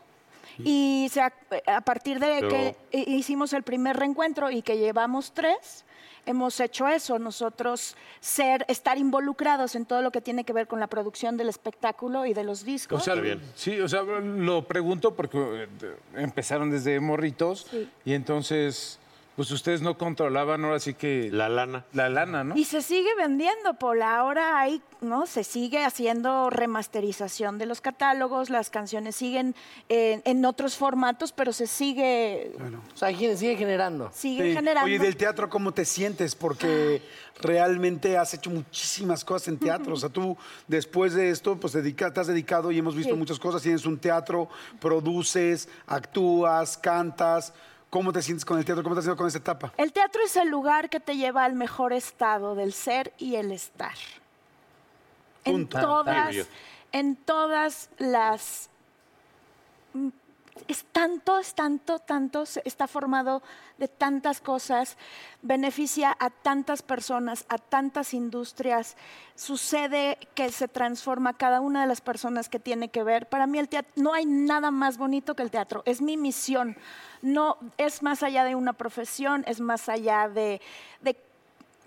H: Y se ac- a partir de
C: Pero-
H: que hi- hicimos el primer reencuentro y que llevamos tres, hemos hecho eso. Nosotros ser, estar involucrados en todo lo que tiene que ver con la producción del espectáculo y de los
B: O
H: discos.
B: sea,
C: bien.
B: sí, o sea, lo pregunto porque eh, de- empezaron desde morritos y entonces, pues ustedes no controlaban ahora sí que la,
C: La lana.
B: lana, ¿no?
H: Y se sigue vendiendo, Paula. Ahora hay, ¿no? Se sigue haciendo remasterización de los catálogos, las canciones siguen eh, en otros formatos, pero se sigue,
D: o sea, gen- sigue generando.
H: sigue
A: Sí.
H: generando.
A: Oye, del teatro, ¿cómo te sientes? Porque
H: Ah.
A: realmente has hecho muchísimas cosas en teatro.
H: [LAUGHS]
A: O sea, tú después de esto, pues dedica- te has dedicado y hemos visto
H: Sí.
A: muchas cosas. Tienes un teatro, produces, actúas, cantas. ¿Cómo te sientes con el teatro? ¿Cómo te has sentido con esta etapa?
H: El teatro es el lugar que te lleva al mejor estado del ser y el estar. En
A: Punto.
H: todas,
C: Dios.
H: en todas las. Mm, Es tanto, es tanto, tanto, se- está formado de tantas cosas, beneficia a tantas personas, a tantas industrias, sucede que se transforma cada una de las personas que tiene que ver. Para mí el teatro, no hay nada más bonito que el teatro, es mi misión, no es más allá de una profesión, es más allá de- de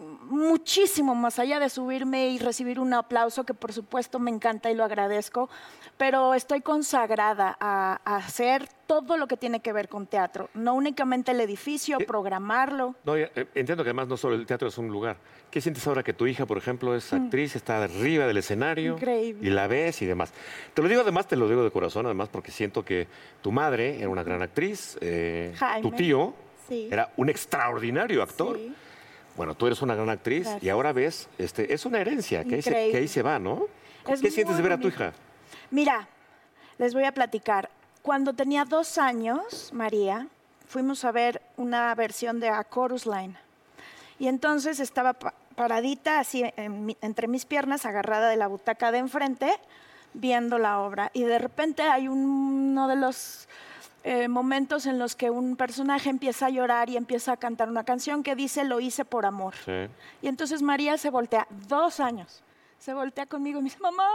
H: muchísimo más allá de subirme y recibir un aplauso que por supuesto me encanta y lo agradezco, pero estoy consagrada a, a hacer todo lo que tiene que ver con teatro, no únicamente el edificio, programarlo.
C: No, ya, eh, entiendo que además no solo el teatro es un lugar. ¿Qué sientes ahora que tu hija, por ejemplo, es actriz, está arriba del escenario
H: Mm. Increíble.
C: y la ves y demás? Te lo digo además, te lo digo de corazón, además, porque siento que tu madre era una gran actriz, eh, tu
H: Jaime.
C: tío
H: Sí.
C: era un extraordinario actor.
H: Sí.
C: Bueno, tú eres una gran actriz y
H: Gracias.
C: ahora ves, este, es una herencia que ahí, se,
H: Increíble.
C: que ahí se va, ¿no?
H: Es
C: ¿Qué sientes
H: muy
C: de ver a tu
H: bonito.
C: hija?
H: Mira, les voy a platicar. Cuando tenía dos años, María, fuimos a ver una versión de A Chorus Line. Y entonces estaba pa- paradita así en mi- entre mis piernas, agarrada de la butaca de enfrente, viendo la obra. Y de repente hay uno de los eh, momentos en los que un personaje empieza a llorar y empieza a cantar una canción que dice lo hice por amor.
C: Sí.
H: Y entonces María se voltea, dos años, se voltea conmigo y me dice, mamá,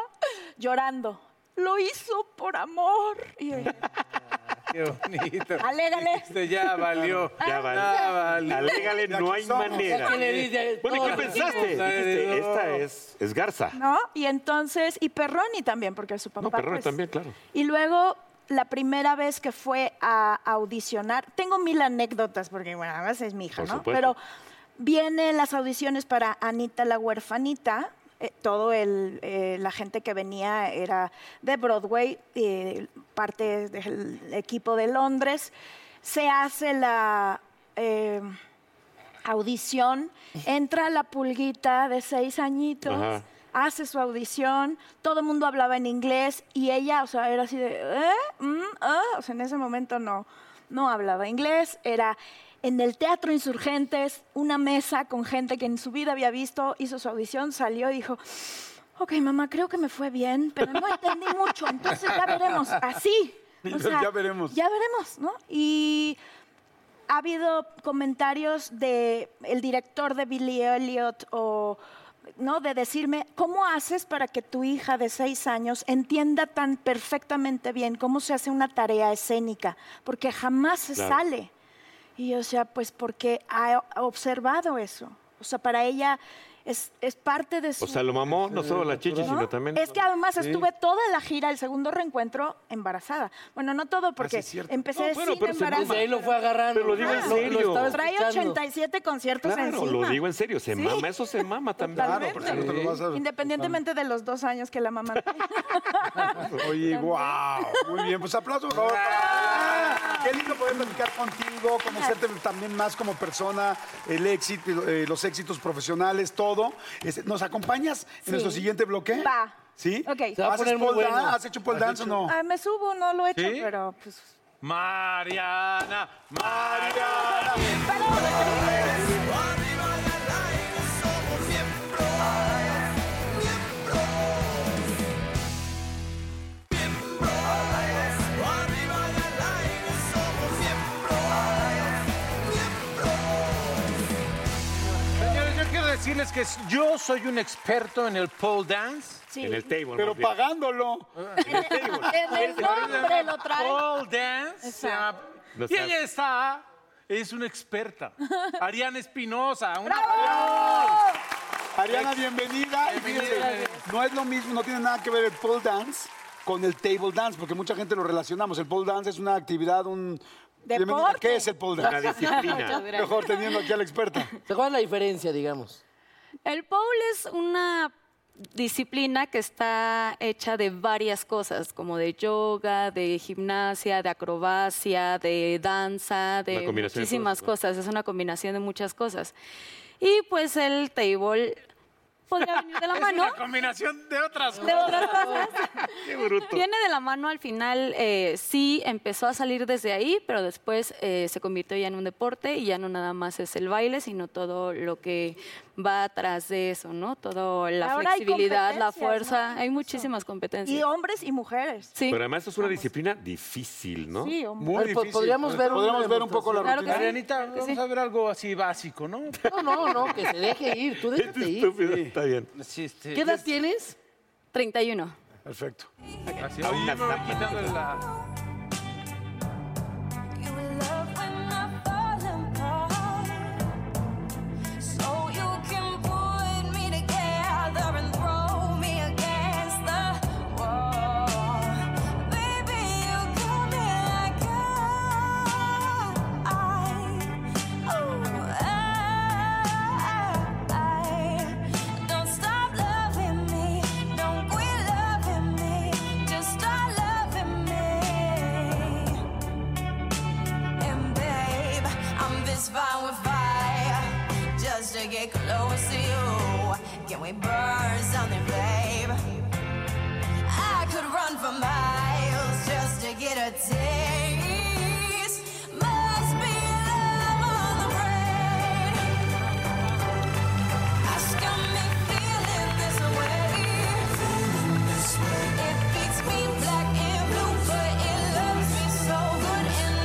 H: llorando, lo hizo por amor. Y yo,
B: [LAUGHS] Qué bonito.
H: alégale.
B: Este ya valió.
H: Ah,
C: Ya vale.
B: Ya valió.
C: Alégale,
A: Ya
C: no
A: que
C: hay
A: somos,
C: manera.
D: ya que le dice
C: Bueno, ¿y qué
D: todo.
C: pensaste? Dijiste, esta es, es Garza.
H: ¿No? Y entonces, y Perroni también, porque su papá.
C: No, Perrone
H: pues,
C: también, claro.
H: Y luego, la primera vez que fue a audicionar, tengo mil anécdotas, porque bueno, además es mi hija,
C: Por
H: ¿no?
C: supuesto.
H: Pero vienen las audiciones para Anita la huerfanita. eh, todo el, eh, la gente que venía era de Broadway, eh, parte del equipo de Londres. Se hace la eh, audición, entra la pulguita de seis añitos,
C: Ajá.
H: hace su audición, todo el mundo hablaba en inglés y ella, o sea, era así de, ¿eh? ¿Mm? ¿Ah? O sea, en ese momento no, no hablaba inglés, era en el Teatro Insurgentes, una mesa con gente que en su vida había visto, hizo su audición, salió y dijo... Ok, mamá, creo que me fue bien, pero no entendí mucho, entonces ya veremos, así. O sea,
A: Ya veremos.
H: Ya veremos, ¿no? Y ha habido comentarios de el director de Billy Elliot o no de decirme cómo haces para que tu hija de seis años entienda tan perfectamente bien cómo se hace una tarea escénica porque jamás se
C: Claro.
H: sale y o sea pues porque ha ha observado eso o sea para ella es, es parte de su
C: O sea, lo mamó no solo la chichi,
H: ¿no?
C: sino también.
H: Es que además estuve toda la gira, el segundo reencuentro, embarazada. Bueno, no todo, porque
A: es cierto.
H: empecé
C: Ah, No, bueno,
H: sin
C: pero se-
H: embarazo.
D: Desde ahí lo fue agarrando.
C: Pero lo digo en
D: Ah,
C: serio.
D: estaba
H: Trae
D: escuchando.
H: 87 conciertos
C: Claro,
H: encima.
C: lo digo en serio, se
H: Sí.
C: mama, eso se mama también.
A: Claro, porque no te lo vas a...
H: Independientemente de los dos años que
C: [LAUGHS]
H: la mamá.
A: Oye, wow. Muy bien, pues aplauso, por favor.
H: ¡Ah!
A: para- Qué lindo poder platicar contigo, conocerte también más como persona, el éxito, eh, los éxitos profesionales, todo. Este, ¿Nos acompañas en
H: Sí.
A: nuestro siguiente bloque?
H: Va.
A: ¿Sí?
H: Ok. Se
D: va a
A: ¿Haces
D: poner muy
A: pole dan-
D: bueno.
A: ¿Has hecho pole dance o no?
H: Ah, me subo, no lo he hecho,
B: ¿Sí?
H: pero pues.
B: Mariana, Mariana. Señores, yo quiero decirles que yo soy un experto en el pole dance.
H: Sí.
C: En el table.
A: Pero
C: más bien.
A: pagándolo.
H: Desde el nombre lo trae.
D: Oh.
B: Pole dance. se llama.
C: No
B: Y
C: seas-
B: ella está, es una [LAUGHS] experta. Ariana Espinosa. Una...
A: Ariana, bienvenida. Y
B: Bienvenida.
A: fíjense, no es lo mismo, no tiene nada que ver el pole dance con el table dance, porque mucha gente lo relacionamos. El pole dance es una actividad, un... Bienvenida, ¿Qué es el
B: [LAUGHS]
A: pole
C: Una
A: dance? [LAUGHS]
C: disciplina.
A: Mejor teniendo aquí a
D: [LAUGHS]
A: la experta.
D: ¿Te acuerdas la diferencia, digamos?
J: El pole es una disciplina que está hecha de varias cosas, como de yoga, de gimnasia, de acrobacia, de
C: Una
J: danza, de
C: combinación de
J: muchísimas
C: cosas,
J: cosas. Es una combinación de muchas cosas. Y pues el table podría venir de la mano.
B: Una combinación de otras
J: De otras cosas.
C: Qué bruto.
J: Viene de la mano al final, eh, sí empezó a salir desde ahí, pero después eh, se convirtió ya en un deporte y ya no nada más es el baile, sino todo lo que va atrás de eso, ¿no? Todo la
H: Ahora hay
J: flexibilidad, la
H: competencias,
J: fuerza,
H: ¿no?
J: hay
H: Eso.
J: muchísimas
H: Y
J: competencias.
H: hombres y mujeres.
J: Sí.
C: Pero además es una disciplina difícil, ¿no? [LAUGHS]
H: Sí, hombres.
A: Muy
B: pues,
D: Ay, po-
A: difícil. ¿eh?
D: podríamos ver una
A: Podríamos ver un poco la
J: demostración.
A: rutina.
J: Claro
B: Arianita, vamos a ver algo así básico,
A: [LAUGHS]
B: ¿no?
D: No, no, no, que se deje ir. Tú déjate ir.
C: Estúpido, está bien.
B: Sí, este,
D: ¿Qué edad tienes?
J: 31.
A: Perfecto.
B: así, ahí me voy quitando la-
H: ah,
K: Just to get close to you, can we burn something, babe? I could run for miles just to get a taste. Must be love on the brain. Hush, got me feeling this way. It beats me black and blue, but it loves me so good. And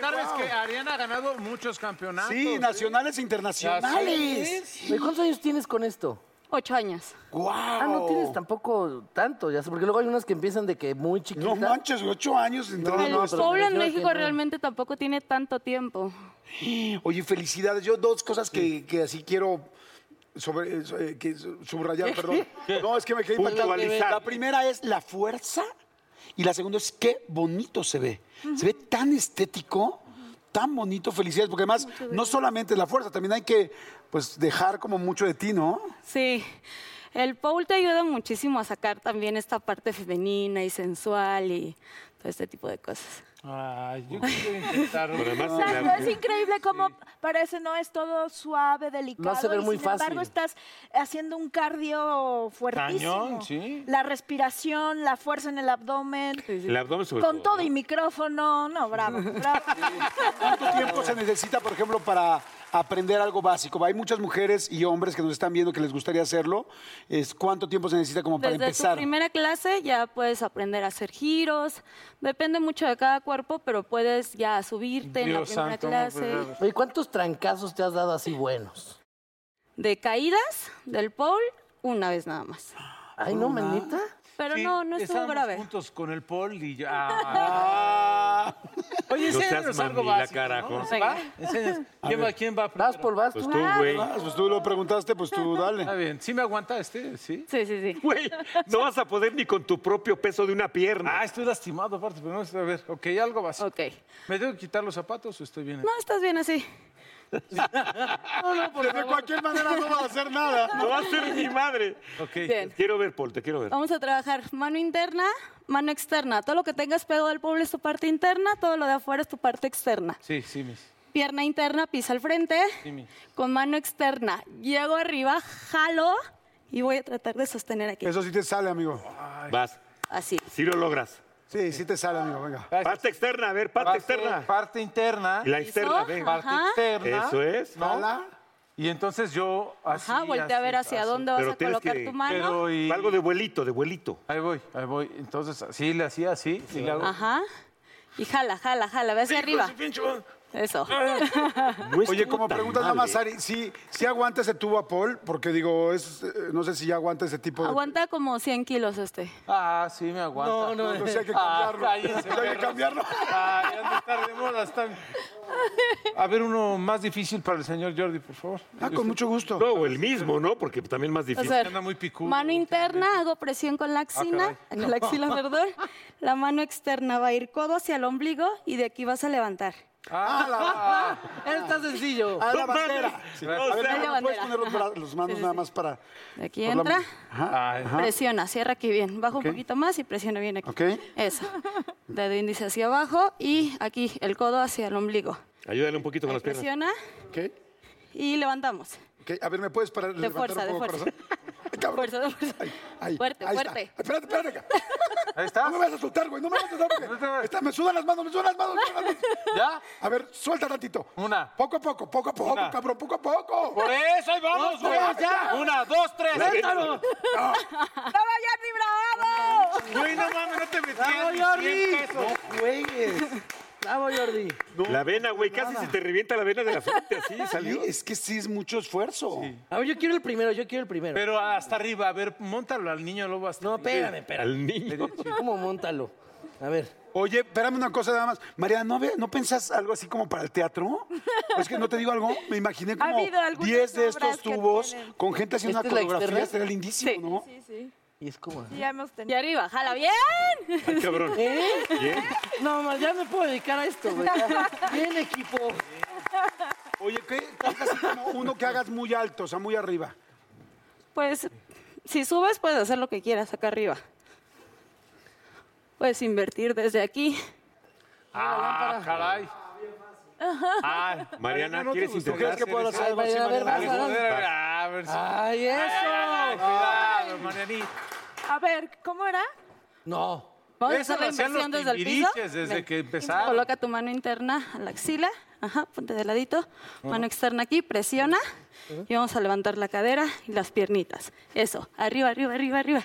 B: raro es que Ariana ha ganado muchos campeonatos.
A: Sí, nacionales e internacionales.
D: Oye, ¿Cuántos años tienes con esto?
J: Ocho años.
D: Ah, no tienes tampoco tanto, ya sé, porque luego hay unas que empiezan de que muy chiquita. No
A: manches, ocho años.
D: entonces.
J: el pueblo en México realmente tampoco tiene tanto tiempo.
A: Oye, felicidades. Yo dos cosas que, que así quiero sobre, eh, que subrayar, perdón. No, es que me quedé impactado.
I: Puntualizar.
A: La primera es la fuerza y la segunda es qué bonito se ve. Se ve tan estético, tan bonito. Felicidades, porque además no solamente es la fuerza, también hay que pues dejar como mucho de ti, ¿no?
J: Sí. El pole te ayuda muchísimo a sacar también esta parte femenina y sensual y todo este tipo de cosas.
B: Ay, yo quiero intentarlo.
C: Pero además,
H: Exacto, es increíble cómo parece, no es todo suave, delicado.
D: No se ve
H: y
D: muy
H: sin embargo,
D: fácil.
H: estás haciendo un cardio fuertísimo.
B: Cañón, sí.
H: La respiración, la fuerza en el abdomen.
C: El abdomen sobre
H: Con
C: todo,
H: todo y micrófono. No, bravo, bravo.
A: ¿Cuánto tiempo se necesita, por ejemplo, para aprender algo básico? Hay muchas mujeres y hombres que nos están viendo que les gustaría hacerlo. Es, ¿Cuánto tiempo se necesita como para
J: Desde tu
A: empezar?
J: primera clase ya puedes aprender a hacer giros, depende mucho de cada cuerpo, pero puedes ya subirte en la primera clase.
D: Oye, ¿cuántos trancazos te has dado así buenos?
J: De caídas del pole, una vez nada más.
D: Ay, no, manita.
J: Pero no, no estuvo
B: estábamos
J: grave.
B: juntos con el Paul y yo... Ah. [LAUGHS] Oye,
C: No seas
B: enséñanos algo
C: mamila,
B: básico,
C: carajo.
B: ¿no?
J: Venga.
B: ¿Va? Enséñanos. ¿Quién va, ¿Quién va
D: Vas
B: primero?
D: por vas
C: Pues
D: tú.
C: tú, güey. [LAUGHS]
A: Ah, pues tú lo preguntaste, pues tú
B: Está
A: [LAUGHS] dale.
B: bien. ¿Sí me aguanta este? ¿Sí?
J: Sí, sí, sí.
C: Güey, no vas a poder ni con tu propio peso de una pierna.
B: Ah, estoy lastimado aparte, pero no sé, a ver. Ok, algo básico.
J: Ok.
B: ¿Me tengo que quitar los zapatos o estoy bien?
J: No, estás bien así.
A: de cualquier manera no vas a hacer nada.
C: No va a ser mi madre.
B: Ok.
J: Ah. Bien.
C: Quiero ver, Paul, te quiero ver.
J: Vamos a trabajar mano interna, mano externa. Todo lo que tengas pegado del pueblo es tu parte interna, todo lo de afuera es tu parte externa.
B: Sí, sí, mis.
J: Pierna interna, pisa al frente.
B: Jimmy.
J: Con mano externa, llego arriba, jalo y voy a tratar de sostener aquí.
A: Eso sí te sale, amigo.
C: Vas.
J: Así.
C: Si lo logras.
A: Sí, sí te sale, amigo, venga.
C: Parte externa, a ver,
B: Va
C: parte
B: a ser
C: externa.
B: Parte interna.
C: Y la externa,
J: Eso,
C: ve.
J: ajá.
B: Parte externa.
C: Eso es.
B: ¿no?
A: Jala.
B: Y entonces yo así.
J: Ajá, voltea a
B: así,
J: ver hacia
B: así.
J: dónde vas
C: Pero
J: a
C: tienes
J: colocar
C: que-
J: tu mano.
B: Pero y-
C: Algo de vuelito, de vuelito.
B: Ahí voy, ahí voy. Entonces, así le hacía así y le hago.
J: Ajá. Y jala, jala, jala, ve hacia arriba. Eso.
A: Oye, como pregunta nada más, Ari, ¿sí, sí aguanta ese tubo a Paul? Porque digo, es, eh, no sé si ya aguanta ese tipo de...
J: Aguanta como 100 kilos este.
B: Ah, sí, me aguanta.
D: No, no,
A: No, sí hay que
B: Ah,
A: cambiarlo.
B: cállense,
A: Sí hay que
B: perros.
A: [LAUGHS] cambiarlo.
B: Ay, han de estar de moda, están. A ver, uno más difícil para el señor Jordi, por favor.
A: Ah, con mucho gusto.
C: No, o el mismo, ¿no? Porque también más
J: O
C: difícil.
J: sea,
B: Anda muy picudo
J: mano
B: últimamente.
J: interna, hago presión con la axila, con la axila, perdón. La mano externa va a ir codo hacia el ombligo y de aquí vas a levantar.
B: Ah, la-
D: Está sencillo.
A: A
C: No
A: la bandera.
C: mames.
A: Sí.
C: O
A: A
C: sea-
A: ver, ¿me puedes
J: bandera.
A: poner los, bra- los manos nada más para...
J: De aquí
A: por la
J: entra,
A: mano? Ajá.
B: Ay,
J: presiona, cierra aquí bien. Baja
B: Ok.
J: un poquito más y presiona bien aquí.
A: Ok.
J: Eso. Dedo índice hacia abajo y aquí el codo hacia el ombligo.
C: Ayúdale un poquito con las piernas.
J: Presiona
A: Ok.
J: y levantamos.
A: ok. A ver, ¿me puedes parar?
J: De fuerza, de fuerza. Fuerza, de fuerza. Fuerte, fuerte.
A: Espérate, espérate acá.
B: Ahí
A: No
B: está.
A: me vas a soltar, güey. No me vas a soltar.
B: [LAUGHS] No te va-
A: Porque... Está- me sudan las manos, me sudan las manos. me sudan las manos.
B: ¿Ya?
A: A ver, suelta tantito.
B: Una.
A: Poco a poco, poco a poco,
B: Una.
A: cabrón, poco a poco.
B: Por eso, ahí vamos, güey. Una, dos, tres. ¡Suéltalo!
H: ¡No vayan ni bravo!
B: Güey, no mames, no te metías
D: ¡Bravo,
B: ni
D: Jordi!
B: 100 pesos.
D: ¡No juegues! ¡Bravo, Jordi!
C: La vena, güey, casi se te revienta la vena de la frente, así salió.
A: Sí, es que sí es mucho esfuerzo.
D: A ver, yo quiero el primero, yo quiero el primero.
B: Pero hasta arriba, a ver, montalo al niño lobo hasta
D: No,
B: arriba.
D: espérame, espérame.
C: Al niño.
D: ¿Cómo montalo? A ver.
A: Oye, espérame una cosa nada más. María, ¿no, ve- ¿no pensás algo así como para el teatro? Es que no te digo algo, me imaginé como
H: habido algunas
A: 10 de estos
H: obras que
A: tubos
H: tienen.
A: con gente haciendo
D: ¿Esta
A: una
D: es la
A: coreografía,
D: externa?
A: estaría lindísimo,
J: Sí.
A: ¿no?
H: Sí, sí.
D: Y es como.
H: Ya hemos
J: Y
H: tenido.
J: arriba, jala bien.
C: Ay, cabrón.
D: ¿Eh?
C: Bien.
D: No, ma, ya me puedo dedicar a esto, güey. Bien, equipo.
A: Oye, ¿qué? Haz así como uno que hagas muy alto, o sea, muy arriba.
J: Pues si subes puedes hacer lo que quieras acá arriba. Puedes invertir desde aquí.
B: Ah, caray. Ay,
C: Mariana,
B: ¿no te
C: ¿quieres
B: gustó?
A: ¿Tú crees
C: intentar?
A: que puedo hacer algo
D: Ay,
A: así,
D: Mariana, a ver,
A: Mariana?
D: vas,
B: Ay, joder, a ver, a ver. si-
D: ¡Ay,
B: Ay,
D: Ah, eso!
B: Cuidado, Marianita.
H: A ver, ¿cómo era?
D: No.
J: Vamos a
B: Eso lo
J: hacer la
B: hacían los
J: inversión desde el piso.
B: timbiriches desde
J: Ven.
B: que empezaron.
J: Coloca tu mano interna a la axila. Ajá, ponte de ladito. Mano externa aquí, presiona. Y vamos a levantar la cadera y las piernitas. Eso, arriba, arriba, arriba, arriba.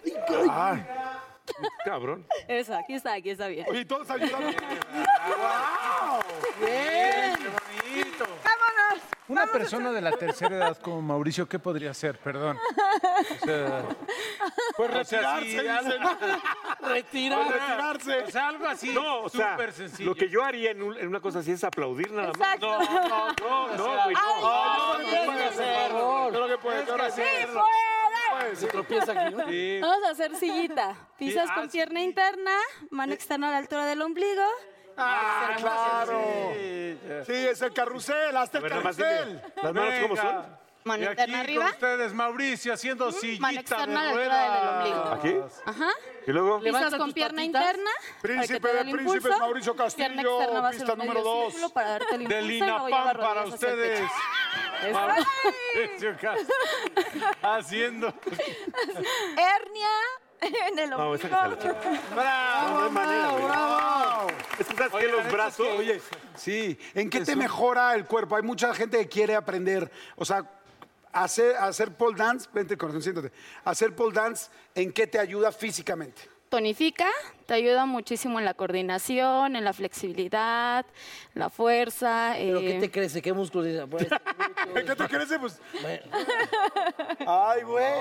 C: Cabrón.
J: Eso, aquí está, aquí está bien.
A: Oye, todos ayudando.
B: Bien.
H: ¡Vámonos!
B: Una persona de la tercera edad como Mauricio, ¿qué podría hacer? Perdón. [LAUGHS] O sea,
I: Pues
B: o sea,
I: retirarse,
B: sí, algo-
I: dicen.
B: Retirar-
I: Pues retirarse.
B: O sea, algo así.
C: No, o sea,
B: súper sencillo.
C: lo que yo haría en, un- en una cosa así es aplaudir nada más.
B: Exacto.
C: No, no, no, no, güey, no.
B: Ay,
C: No, no,
B: no,
C: no,
B: tienes
C: no,
B: que
C: no,
B: hacerlo.
C: no, no,
B: Creo que puedes,
C: Tienes
B: ahora sí.
C: hacerlo.
B: Se tropieza aquí, ¿no? Sí.
J: Vamos a hacer sillita.
B: [LAUGHS] Sí,
J: Pisas
B: Eh. ah,
J: con pierna interna, mano externa a la altura del ombligo.
A: Ah, claro. Sí, es el carrusel, hasta el
B: ver, nada más
A: carrusel.
B: dime, ¿las manos cómo son? Venga.
J: Mano
B: Y
J: interna
B: aquí
J: arriba.
B: Con ustedes, Mauricio, haciendo
J: Mano
B: sillita
J: externa a la
B: de
J: altura del ombligo.
B: ruedas.
C: ¿Aquí?
J: Ajá.
C: ¿Y luego?
J: Pisas con pierna interna. para que te dé el impulso. Pierna externa va a ser un medio círculo para darte el impulso
B: Del
J: y luego lleva
B: INAPAM para
J: rodillas hacia el
B: ustedes.
J: pecho.
B: Mauricio Castro. [LAUGHS] Haciendo.
J: [LAUGHS]
H: Hernia en el
C: No,
H: ombligo.
C: esa que sale chido. No, no hay manera, güey. Es que sabes que los brazos, oye,
A: Sí, ¿en qué te mejora el cuerpo? Hay mucha gente que quiere aprender, o sea, hacer, hacer pole dance, vente corazón, siéntate, hacer pole dance, ¿en qué te ayuda físicamente?
C: [LAUGHS]
J: Tonifica, te ayuda muchísimo en la coordinación, en la flexibilidad, la fuerza.
D: ¿Pero
J: eh,
D: qué te crece? ¿Qué músculos? dices? Pues,
A: ¿Qué te crece? Pues,
C: Ay, güey.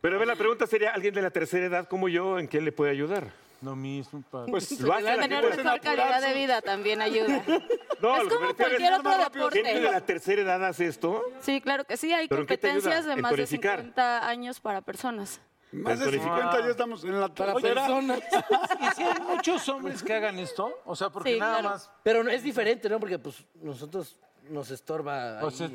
C: Pero a ver, la pregunta sería, ¿alguien de la tercera edad como yo, en qué le puede ayudar?
B: Lo mismo, padre.
C: Pues lo hace la
J: tener
C: gente-
J: mejor calidad de vida también
C: [LAUGHS]
J: ayuda.
C: No,
J: es
C: lo que
J: como
C: me refiero
J: cualquier otro
C: ¿Gente de
J: deporte.
C: la tercera edad hace esto?
J: Sí, claro que sí, hay
C: ¿Pero en qué te ayuda?
J: competencias de
C: ¿En
J: más de
C: tonificar?
J: 50 años para personas.
A: más de
C: Tonificar.
A: 50 ya estamos en la tercera.
B: ¿Y si hay muchos hombres que hagan esto? O sea, porque
J: Sí,
B: nada
J: claro.
B: más.
D: Pero no- es diferente, ¿no? Porque pues nosotros nos estorba
B: O
D: ahí.
B: sea,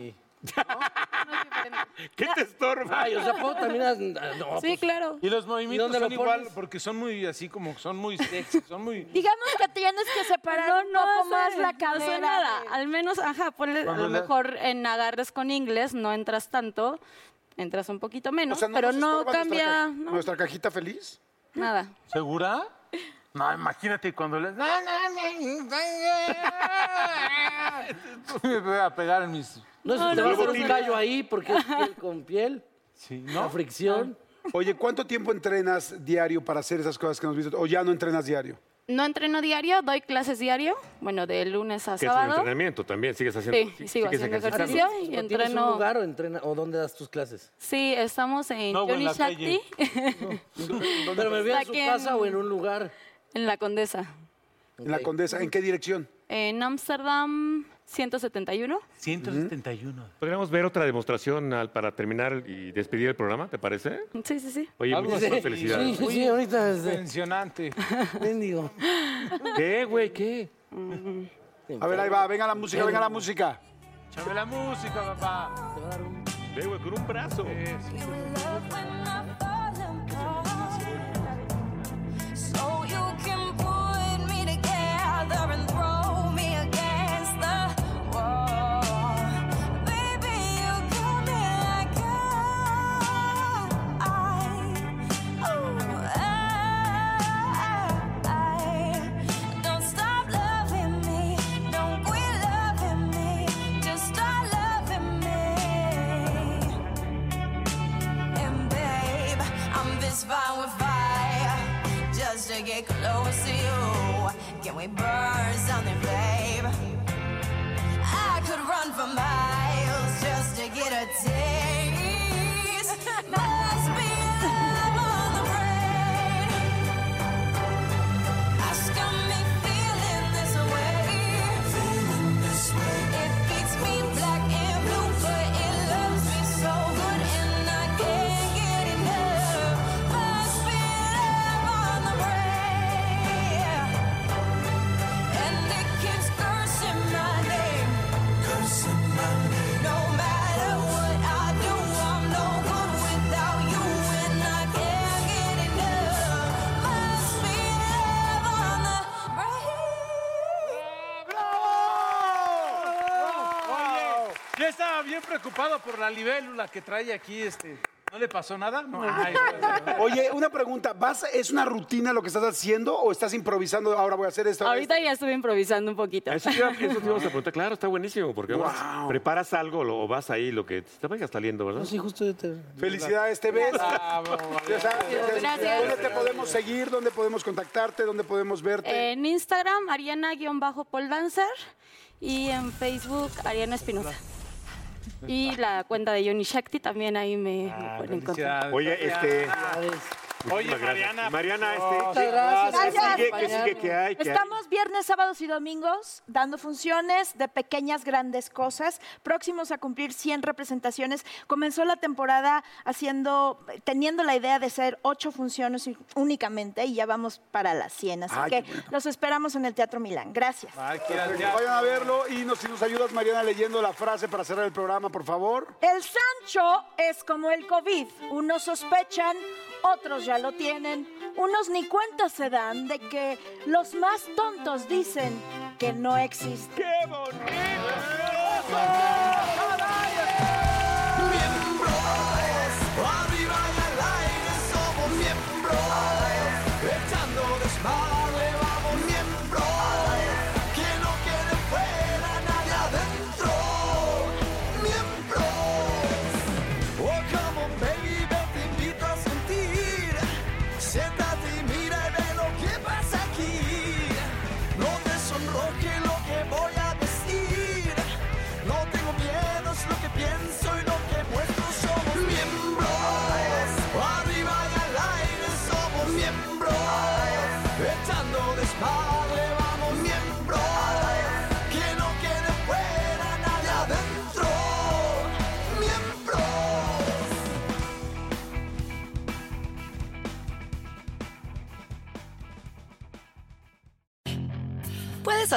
C: ¿Qué
J: Ah,
C: te estorba?
D: Ay, o sea, puedo también... as- No, pues,
J: Sí, claro.
B: Y los movimientos
D: dónde
B: son
D: lo
B: igual,
D: pones?
B: porque son muy así como, son muy sexy, son muy.
H: Digamos que tienes que separar un poco
J: sé,
H: más la
J: no sé
H: cadera.
J: nada.
H: de-
J: Al menos, ajá, ponle a
B: Cuando
J: lo
B: la-
J: mejor en agarres con inglés, no entras tanto, entras un poquito menos, pero
A: nos
J: no
A: estorba nuestra
J: cambia
A: ca-
J: no,
A: Nuestra cajita feliz.
J: nada.
B: ¿Segura? No, imagínate cuando le. No, no, no, no. [LAUGHS] Me voy a pegar en mis.
D: No, si te va a hacer un gallo ahí porque es piel con piel.
B: Sí,
D: La
B: ¿no?
D: fricción.
A: Oye, ¿cuánto tiempo entrenas diario para hacer esas cosas que nos viste? ¿O ya no entrenas diario?
J: No entreno diario, doy clases diario, bueno, de lunes a
C: Que es un
J: sábado.
C: entrenamiento también, sigues haciendo...
J: Sí,
C: sig-
J: sigo
C: sigues
J: haciendo
C: ejercitando.
J: ejercicio y
D: ¿Tienes un
J: entreno.
D: lugar o, entrena, o dónde das tus clases?
J: Sí, estamos en
B: No, o en
J: Johnny
B: la
J: Shakti,
B: calle.
D: Pero me voy a su
J: Saquen-
D: casa o en un lugar.
J: en la Condesa,
A: En la
D: Ok.
A: Condesa, ¿en qué dirección?
J: en Ámsterdam 171.
B: 171.
C: ¿Podríamos ver otra demostración al- para terminar y despedir el programa, te parece?
J: Sí, sí, sí.
C: Oye,
B: Algo
C: muchísimas
B: así.
C: felicidades.
D: Sí, sí, sí, ahorita este, desde...
B: Impresionante.
D: Bendigo.
C: ¿Qué, güey? ¿Qué?
A: A ver, ahí va, venga la música, venga la música.
B: Échame la música, papá.
C: Ve, güey, con un brazo.
K: So you can put me together and throw me against the wall. Baby, you got me like I, oh, I. Don't stop loving me, don't quit loving me, just start loving me. And babe, I'm this fine with fire. Just to get close to you. Can we burn something, babe? I could run for miles just to get a taste. Must be love on the brain. How's got me feeling this way? Feeling this way. It beats me black and blue, but it loves me so good, and I can't get enough. Must be love on the brain, and it keeps cursing my name, cursing my name. No matter what I do, I'm no good without you, and I can't get enough. Must be love on the brain.
B: Oye, yo estaba bien preocupado por la libélula que trae aquí este. ¿No le pasó nada? No. Ay,
A: Oye, una pregunta. ¿Vas, ¿Es una rutina lo que estás haciendo o estás improvisando? Ahora voy a hacer esto.
J: Ahorita ya estuve improvisando un poquito.
C: Eso te, iba- eso te íbamos a preguntar. Claro, está buenísimo, porque además preparas algo lo- o vas ahí, lo que te vaya saliendo, ¿verdad?
L: Sí, justo yo te...
A: Felicidades, te ves.
J: Gracias.
A: ¿Dónde te podemos seguir? ¿Dónde podemos contactarte? ¿Dónde podemos verte?
J: En Instagram, Ariana-Poldancer y en Facebook, Ariana Espinosa. Y la cuenta de Johnny Shakti también ahí me, me pueden encontrar.
C: Oye, este.
B: Oye,
C: Muchísimas gracias.
B: Mariana, pues, oh,
C: Y Mariana, este.
B: Muchas
C: ¿qué-
H: gracias.
C: ¿Qué sigue? ¿Qué
H: Gracias.
C: sigue? ¿Qué hay? ¿Qué hay?
H: Estamos viernes, sábados y domingos dando funciones de pequeñas, grandes cosas, próximos a cumplir 100 representaciones. Comenzó la temporada haciendo, teniendo la idea de hacer ocho funciones y- únicamente y ya vamos para las 100. Así
A: Ay,
H: que
A: qué bueno.
H: los esperamos en el Teatro Milán. Gracias.
A: Perfecto, Vayan a verlo y nos, si nos ayudas, Mariana, leyendo la frase para cerrar el programa, por favor.
H: El Sancho es como el COVID. Unos sospechan, otros ya lo tienen. Unos ni cuenta se dan de que los más tontos dicen que no existe. ¡Qué
M: Arriba y al aire somos miembros, echando desmadre vamos miembros, que no quede fuera nadie adentro, miembros. Oh come on baby, yo te invito a sentir, siéntate y mira y ve lo que pasa aquí, no te sonroje lo que voy a decir, no tengo miedo, es lo que pienso y lo que muestro somos miembros. Arriba y al aire somos miembros. Echando desmadre vamos miembros. Que no quede fuera nadie adentro. Miembros.
F: Puedes